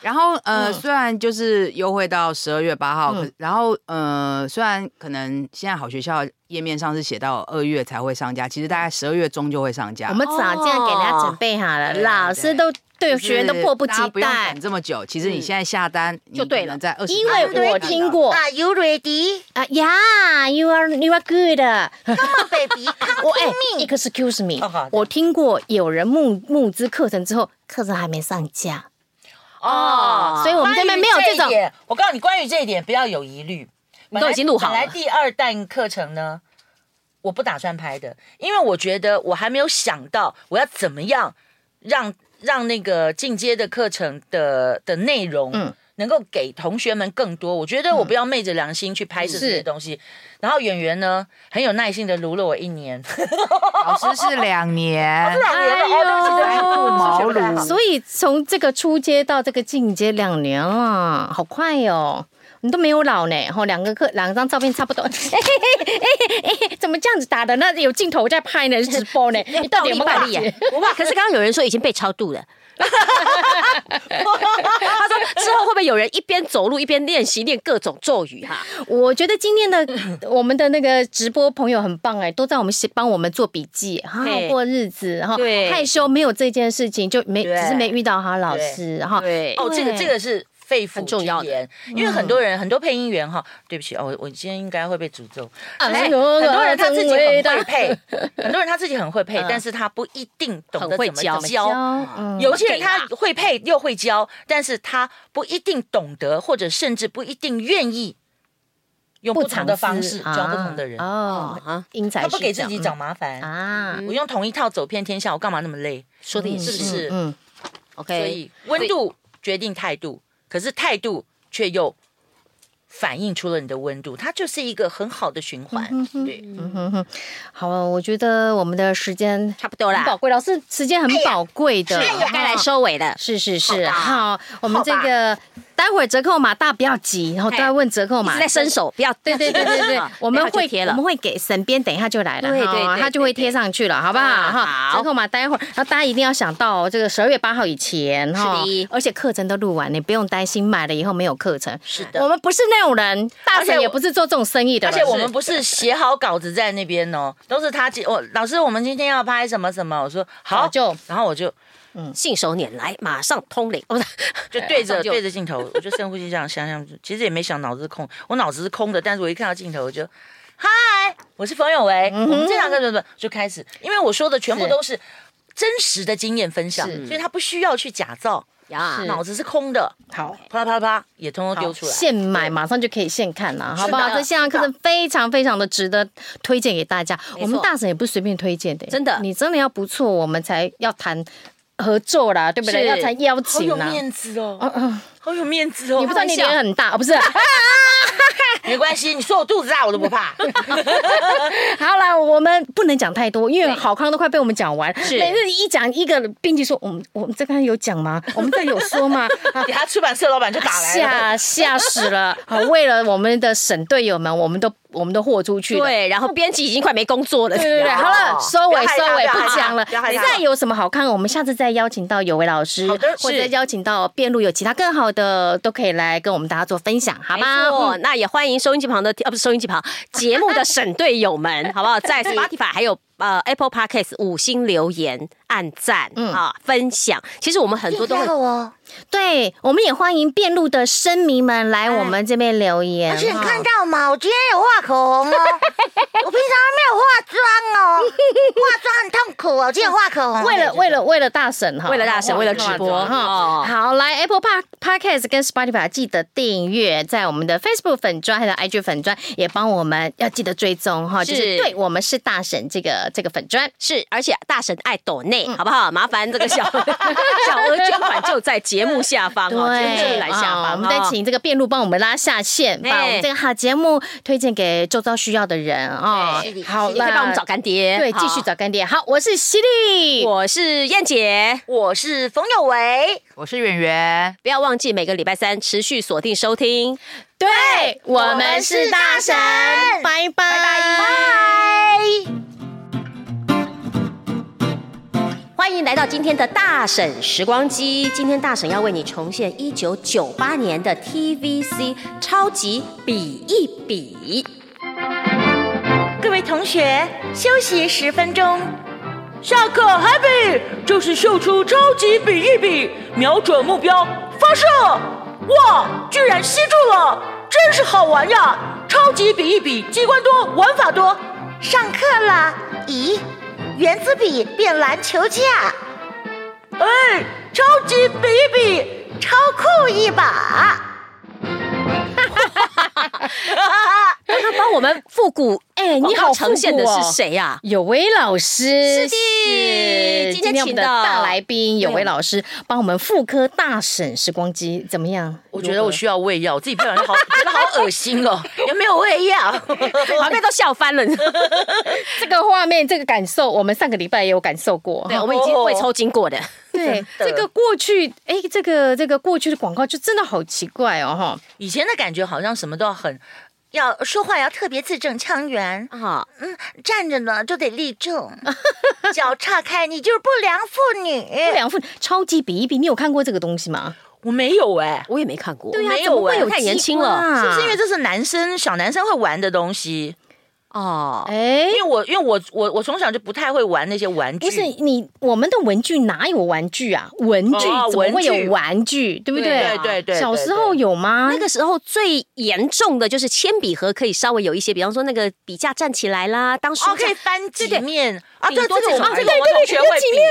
然后嗯呃，虽然就是优惠到十二月八号，可然后呃，虽然可能现在好学校页面上是写到二月才会上架，其实大概十二月中就会上架。我们早就给大家准备好了，对老师都对就是学员都迫不大及家不用待嗯等。这么久，其实你现在下单就对了在二十，因为我听过啊？Are you ready? 啊呀，You are you are good。 Come on, baby, come 我哎 to me. 哦，Excuse 好的 me，我听过有人募募资课程之后，课程还没上架，哦，所以我们这边没有这关于一种。点。我告诉你，关于这一点不要有疑虑，本来都已经录好了本来第二弹课程呢，我不打算拍的，因为我觉得我还没有想到我要怎么样让让那个进阶的课程的的内容，嗯能够给同学们更多。我觉得我不要昧着良心去拍摄这些是东西。然后演员呢，很有耐心的撸了我一年，，老师是两年 两年了，哦，对不起对不起不毛数学不太好撸。所以从这个初阶到这个进阶两年了，好快哦。你都没有老呢，吼，两个课两张照片差不多。哎嘿嘿哎嘿哎，怎么这样子打的？那有镜头在拍呢，是直播呢，你到底有没暴有感力觉耶？不怕，可是刚刚有人说已经被超度了。 他说之后会不会有人一边走路一边练习念各种咒语哈、我觉得今天的 我们的那个直播朋友很棒哎，都在我们写帮我们做笔记，好好对过日子，然后对害羞没有这件事情，就没对只是没遇到他老师哈。对哦，这个对这个是肺腑很重要的嗯之言，因为很多人、很多配音员哈，对不起哦，我我今天应该会被诅咒。啊就哎是呦很多人他自己很真会伟配，很多人他自己很会配，但是他不一定懂得嗯很会怎教么教。哦嗯有些人他会配又会教，但是他不一定懂得，或者甚至不一定愿意用不同的方式教不同的人。啊哦啊，因材他不施给自己教找麻烦嗯，啊，我用同一套走遍天下，我干嘛那么累？说的也是不是、是？嗯， o 所 k 以温度决定态度，可是态度却又反映出了你的温度，它就是一个很好的循环。对，好，我觉得我们的时间差不多很啦宝，啊贵，老师时间很宝贵的，啊该来收尾了。是是是，好，我们这个待会儿折扣码大家不要急，然后都在问折扣一码直，在伸手，不要啊对对对对 对啊，我们等一下会就贴我了们。会给沈编，等一下就来了，对对哈对他就会贴上去了，好不好？嗯哈，好折扣码待会儿，然后大家一定要想到哦这个十二月八号以前哈是的，而且课程都录完，你不用担心买了以后没有课程。是的我们不是那种人，大而且神我也不是做这种生意的而人，且我们不是写好稿子在那边哦，都是他接我老师，我们今天要拍什么什么，我说好早就然后我就信手拈来，马上通灵。哦， 不是就对着早就对着镜头， 我就深呼吸这样想想，其实也没想脑子是空，我脑子是空的，但是我一看到镜头我就。嗨，我是冯永维。我们这堂课怎么就开始？因为我说的全部是都是真实的经验分享，是所以他不需要去假造。呀是，脑子是空的，好。啪啦啪啦啪，也通通丢出来。现买马上就可以现看了，好不好？是的这线上课程非常非常的值得推荐给大家。错我们大神也不是随便推荐的，真的你真的要不错，我们才要谈合作啦，对不对？是要谈邀好请有啦。面子哦，好有面子哦。啊你不知道你脸很大，哦不是？ 没关系，你说我肚子大我都不 怕。好啦，我们不能讲太多，因为好康都快被我们讲完。每次一讲一个编辑说，我们我们这刚有讲吗？我们这有说吗？ 啊给他出版社老板就打来了。吓吓死了！好，为了我们的省队友们，我们都我们都豁出去了。对，然后编辑已经快没工作了。对对对，好了，收不尾要害收怕尾，不要害怕不讲了。不要害怕再有什么好看，我们下次再邀请到有为老师好的，或者是邀请到辩路有其他更好的，都可以来跟我们大家做分享，好没吧？错，那也欢迎收音机旁的啊，不是收音机旁节目的省队友们，好不好？在 Spotify 还有呃 Apple Podcast 五星留言、按赞、嗯啊分享。其实我们很多都会要哦，对，我们也欢迎辩路的声迷们来我们这边留言哎而啊且你哈看到吗？我今天有画口红哦，我平常没有化妆哦，化妆很痛苦哦，我今天有画口红。 为了为了为了大神哈，哦为了大神为了直播哈。哦好，来 Apple Park Podcast 跟 Spotify 记得订阅，在我们的 Facebook 粉专还有 IG 粉专也帮我们要记得追踪哈，就是是对我们是大神这个这个粉专。是，而且大神爱抖内，好不好？麻烦这个小小额捐款就在节目下方哦，节目对，栏下啊方。我们再哦请这个辩路帮我们拉下线，把哎我们这个好节目推荐给周遭需要的人啊是的。好哎你可以帮我们找干爹，对，继续好。找干爹。好，我是犀利，我是燕姐，我是冯有为，我是圆圆，不要忘记每个礼拜三持续锁定收听。对我们是大神，哎拜拜拜拜。欢迎来到今天的大婶时光机。今天大婶要为你重现一九九八年的 TVC 超级比一比。各位同学，休息十分钟。下课，Happy，就是秀出超级比一比，瞄准目标发射！哇，居然吸住了，真是好玩呀！超级比一比，机关多，玩法多。上课了，咦，圆珠笔变篮球架，哎，超级比一比，超酷一把！刚刚帮我们复古，哎、你好呈现的复古哦是谁呀、有为老师是的今天我们请的到大来宾有为对老师帮我们复刻大婶时光机怎么样？我觉得我需要喂药，我自己漂亮好，觉得好恶心哦，有没有喂药？旁边都笑翻了，你知道吗这个画面，这个感受，我们上个礼拜也有感受过。对，我们已经被抽筋过的。对，真这的个过去，哎，这个这个过去的广告就真的好奇怪哦，哈。以前的感觉好像什么都要很要说话要特别字正腔圆，啊，站着呢就得立正，脚岔开，你就是不良妇不女。良妇超级比一比，你有看过这个东西吗？我没有哎、我也没看过。对呀、没有怎么会哎有太年器轻了官啊是不是因为这是男生小男生会玩的东西？哦，哎因，为我因为我我我从小就不太会玩那些玩具，哦不是你，我们的文具哪有玩具啊？文具哦怎么会文具有玩具？对不对对？对对对小时候有吗那？个时候最严重的就是铅笔盒可以稍微有一些，比方说那个笔架站起来啦，当书哦，可架以翻几面啊，顶这这多个这我种而们这已个我们同学会几比，面，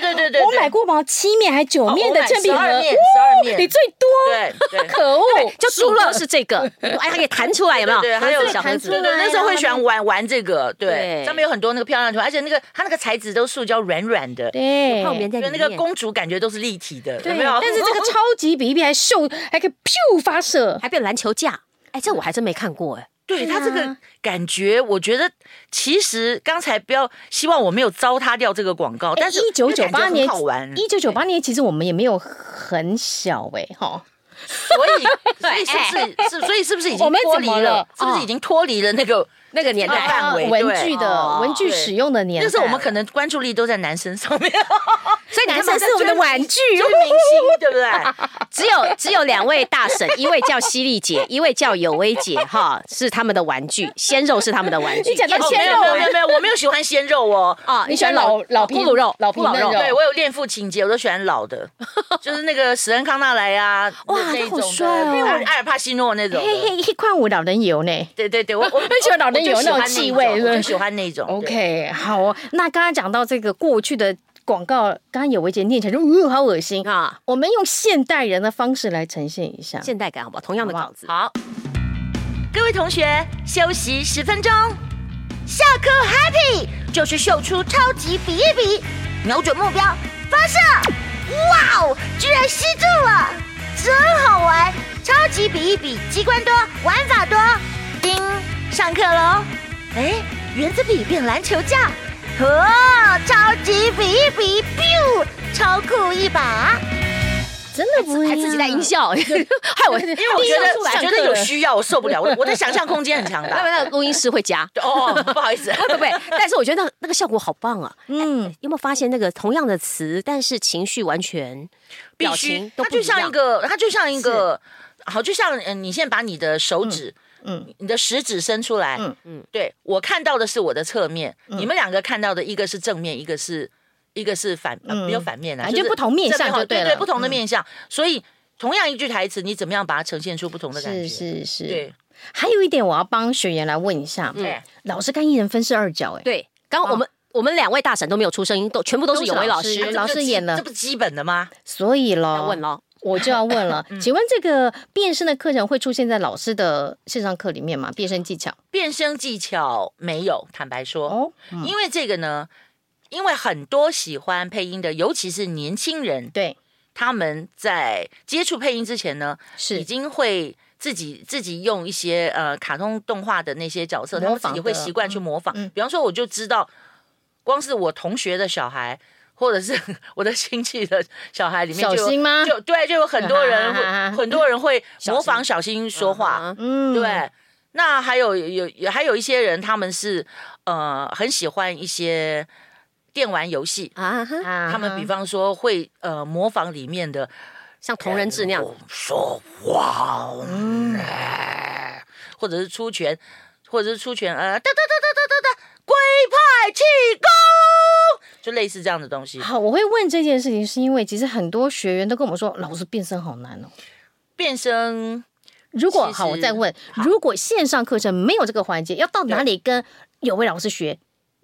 对对对对对哦我买过吗？七面还九面的铅笔盒，十二面哇十二面你最多，啊对对。 可恶，就输了是这个，哎，它可以弹出来有没有？对，还有盒子小盒弹子出来对对，那时候会喜欢玩玩这个，对对，上面有很多那个漂亮的图案，而且那个它那个材质都是塑胶软软的，对，泡棉在就里那个面。公主感觉都是立体的，有对，没有？但是这个超级比一比还秀，还可以咻发射，哦还变篮球架，哎，这我还真没看过哎。对他这对个啊感觉，我觉得其实刚才不要希望我没有糟蹋掉这个广告，但是哎一九九八这个感觉年很好玩，一九九八年其实我们也没有很小哎、哈，所以所 以是不是是所以是不是已我经们脱怎离么了哦了？是不是已经脱离了那个那个年代，范围？文对具的、哦文具使用的年代，那时候我们可能关注力都在男生上 面，所以你男看嘛生是我们的玩 具，就是明星，对不 对？只有只有两位大婶， 一位叫犀利姐，一位叫有威姐，哈，是他们的玩具，鲜肉是他们的玩具。你讲到燕哦姐鲜没肉有没有没有没有，我没有喜欢鲜肉哦。啊你喜欢老老皮咕噜肉，老皮咕噜嫩肉对，我有恋父情节，我都喜欢老的，就是那个史恩康纳莱啊，哇那一他好种的帅哦对阿尔帕西诺那种的。嘿嘿，一块五老人油呢。对对 对，我我喜欢老人有我就喜那欢种那气味种是不是我就喜欢那种。对 OK，好哦。那刚刚讲到这个过去的广告，刚刚有维姐念起来就呜、好恶心啊。啊，我们用现代人的方式来呈现一下。现代感好不好？同样的稿子，好，各位同学休息十分钟，下课 happy 就是秀出超级比一比，瞄准目标发射，哇哦，居然吸住了，真好玩！超级比一比，机关多，玩法多。叮，上课喽！哎，原子笔变篮球架，哇，超级比一比，biu，超酷一把。真的不一还样，自己带音效，害我，因因为我觉得我觉得有需，需要，我受不了，我我的想象空间很强那 大。那录音师会加。 哦，不好意思， 会不会？但是我觉得那那个效果好棒啊！嗯，有没有发现那个同样的词，但是情绪完全必表须情，都它不就一像样一。个，它就像一个，好，就像嗯，你现在把你的手指。嗯，你的食指伸出来，嗯嗯嗯，对我看到的是我的侧面，你们两个看到的一个是正面，一个是一个是反，呃没有反面啊，嗯反正是不同面正相后就对对对，了嗯不同的面相，所以同样一句台词，你怎么样把它呈现出不同的感觉？是是是。对，嗯还有一点，我要帮学员来问一下，对老师跟艺人分饰二角，哎，对，刚刚我们我们两位大神都没有出声音，都全部都是有为老都是师老师啊这不是演了这不基本的吗？所以要咯，问喽。我就要问 嗯了，请问这个变身的课程会出现在老师的线上课里面吗？变身技巧变声技巧没有，坦白说，哦，因为这个呢，因为很多喜欢配音的，尤其是年轻人，对，他们在接触配音之前呢，已是经会自己自己用一些呃卡通动画的那些角色，他模们自仿己的会习惯去模仿。嗯比方说，我就知道，光是我同学的小孩。或者是 我的亲戚的小孩里面就小新吗就对，就有很多人 会很多人会模仿小新说话，嗯嗯，对，那还有有有还有一些人，他们是呃很喜欢一些电玩游戏，啊哈，啊他们比方说会呃模仿里面的像同人志那样子，说哇，嗯或者是出拳，或者是出拳呃哒哒哒哒哒哒哒，龟派气功，就类似这样的东西。好，我会问这件事情，是因为其实很多学员都跟我们说，老师变身好难哦。变身如果其实好，我再问，好如果线上课程没有这个环节，要到哪里跟有位老师学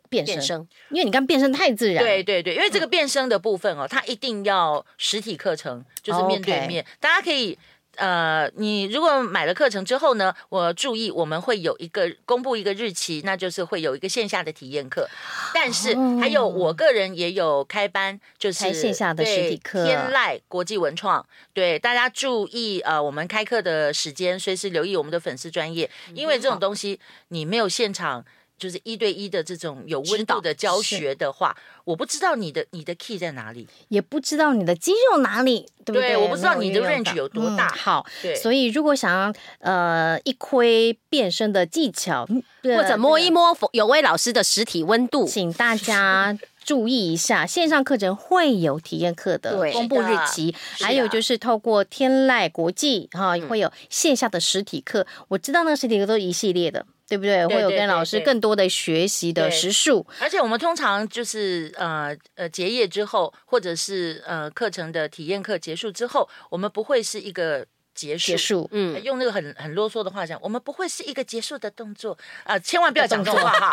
变变身？声因为你刚变身太自然，对，对对，因为这个变声的部分哦，它一定要实体课程，就是面对哦 OK 面，大家可以。呃，你如果买了课程之后呢，我注意我们会有一个公布一个日期，那就是会有一个线下的体验课。但是还有我个人也有开班，就是哦开线下的实体对课天籁国际文创，对大家注意呃，我们开课的时间，随时留意我们的粉丝专业，因为这种东西你没有现场。就是一对一的这种有温指度导的教学的话，我不知道你的你的 key 在哪里。也不知道你的肌肉哪里，对不对对？我不知道没你的运用到 range 有多大嗯好，对，所以如果想要呃一窥变身的技巧，嗯或或者摸一摸有位老师的实体温度，请大家注意一下，线上课程会有体验课的对公布日期，的嗯还有就是透过天籁国际哈、会有线下的实体课。我知道那个实体课都是一系列的，对不对？对会有对跟老对师对更多的学习的对时数。而且我们通常就是呃呃结业之后，或者是呃课程的体验课结束之后，我们不会是一个结束。结束，呃嗯，用那个很很啰嗦的话讲，我们不会是一个结束的动作啊、呃千万不要讲这种话哈。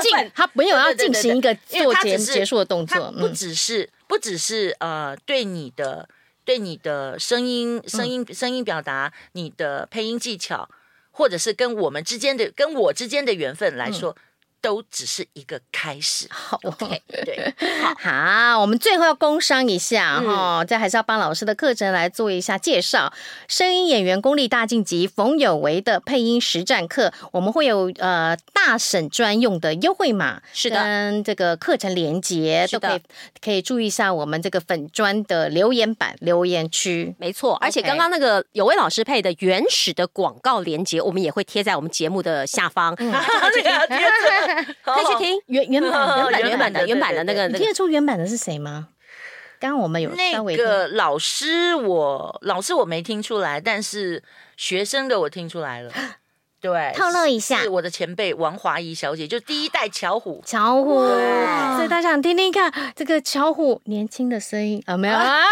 进 他没有要对对对进对行一个因为做它结只是结束的动它作，嗯不只是不只是呃对你的对你的声音声音声音表达，你的配音技巧，或者是跟我们之间的跟我之间的缘分来说，都只是一个开始。好 OK，对，好，我们最后要工商一下哈，这还是要帮老师的课程来做一下介绍。声音演员功力大晋级，冯有为的配音实战课，我们会有呃大婶专用的优惠码，是的跟这个课程连接是都的可以，可以注意一下我们这个粉砖的留言板留言区。没错。而且刚刚那个有位老师配的原始的广告链接，我们也会贴在我们节目的下方，这个贴着可以去听原 原版原版哦原原版版的的原版的那个你那听个得出原版的是谁吗？刚刚我们有稍微那听个老师我，老师我没听出来，但是学生的我听出来了。对，透露一下是我的前辈王华怡小姐，就第一代巧虎。巧虎，所以大家想听听看这个巧虎年轻的声音啊？没有 啊，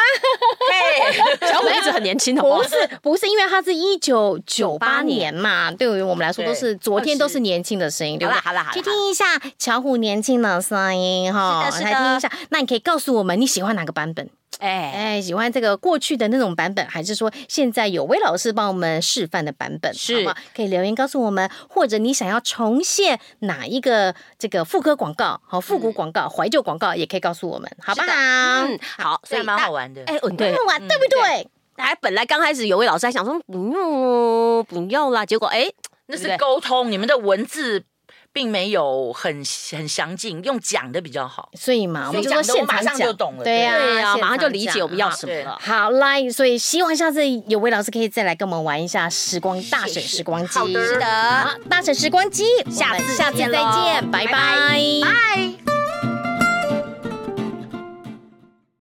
小虎一直很年轻，好不好不？是不是，因为它是一九九八年年嘛，对于我们来说对都是昨天都是年轻的声音，对好不啦对？好啦好啦去听一下巧虎年轻的声音哈，是的是的来听一下。那你可以告诉我们你喜欢哪个版本？哎，哎，喜欢这个过去的那种版本，还是说现在有魏老师帮我们示范的版本？是好不好可以留言告诉我们，或者你想要重现哪一个这个副歌广告、好复古广告、怀旧广告，也可以告诉我们，好不好？嗯，好，所所以以蛮好大。玩的。哎，嗯，对很，好玩，对不对？哎，本来刚开始有位老师还想说不用哦，不用啦，结果哎，那对是不对沟通，你们的文字并没有很很详尽，用讲的比较好。所以嘛，我们就说所以讲的我现场马上讲就懂了对呀、对啊，现场啊马上就理解我们要讲什么了。好来，所以希望下次有位老师可以再来跟我们玩一下时光大婶时光机。好的好，大婶时光机，下我们次下次再见喽见，拜拜拜拜。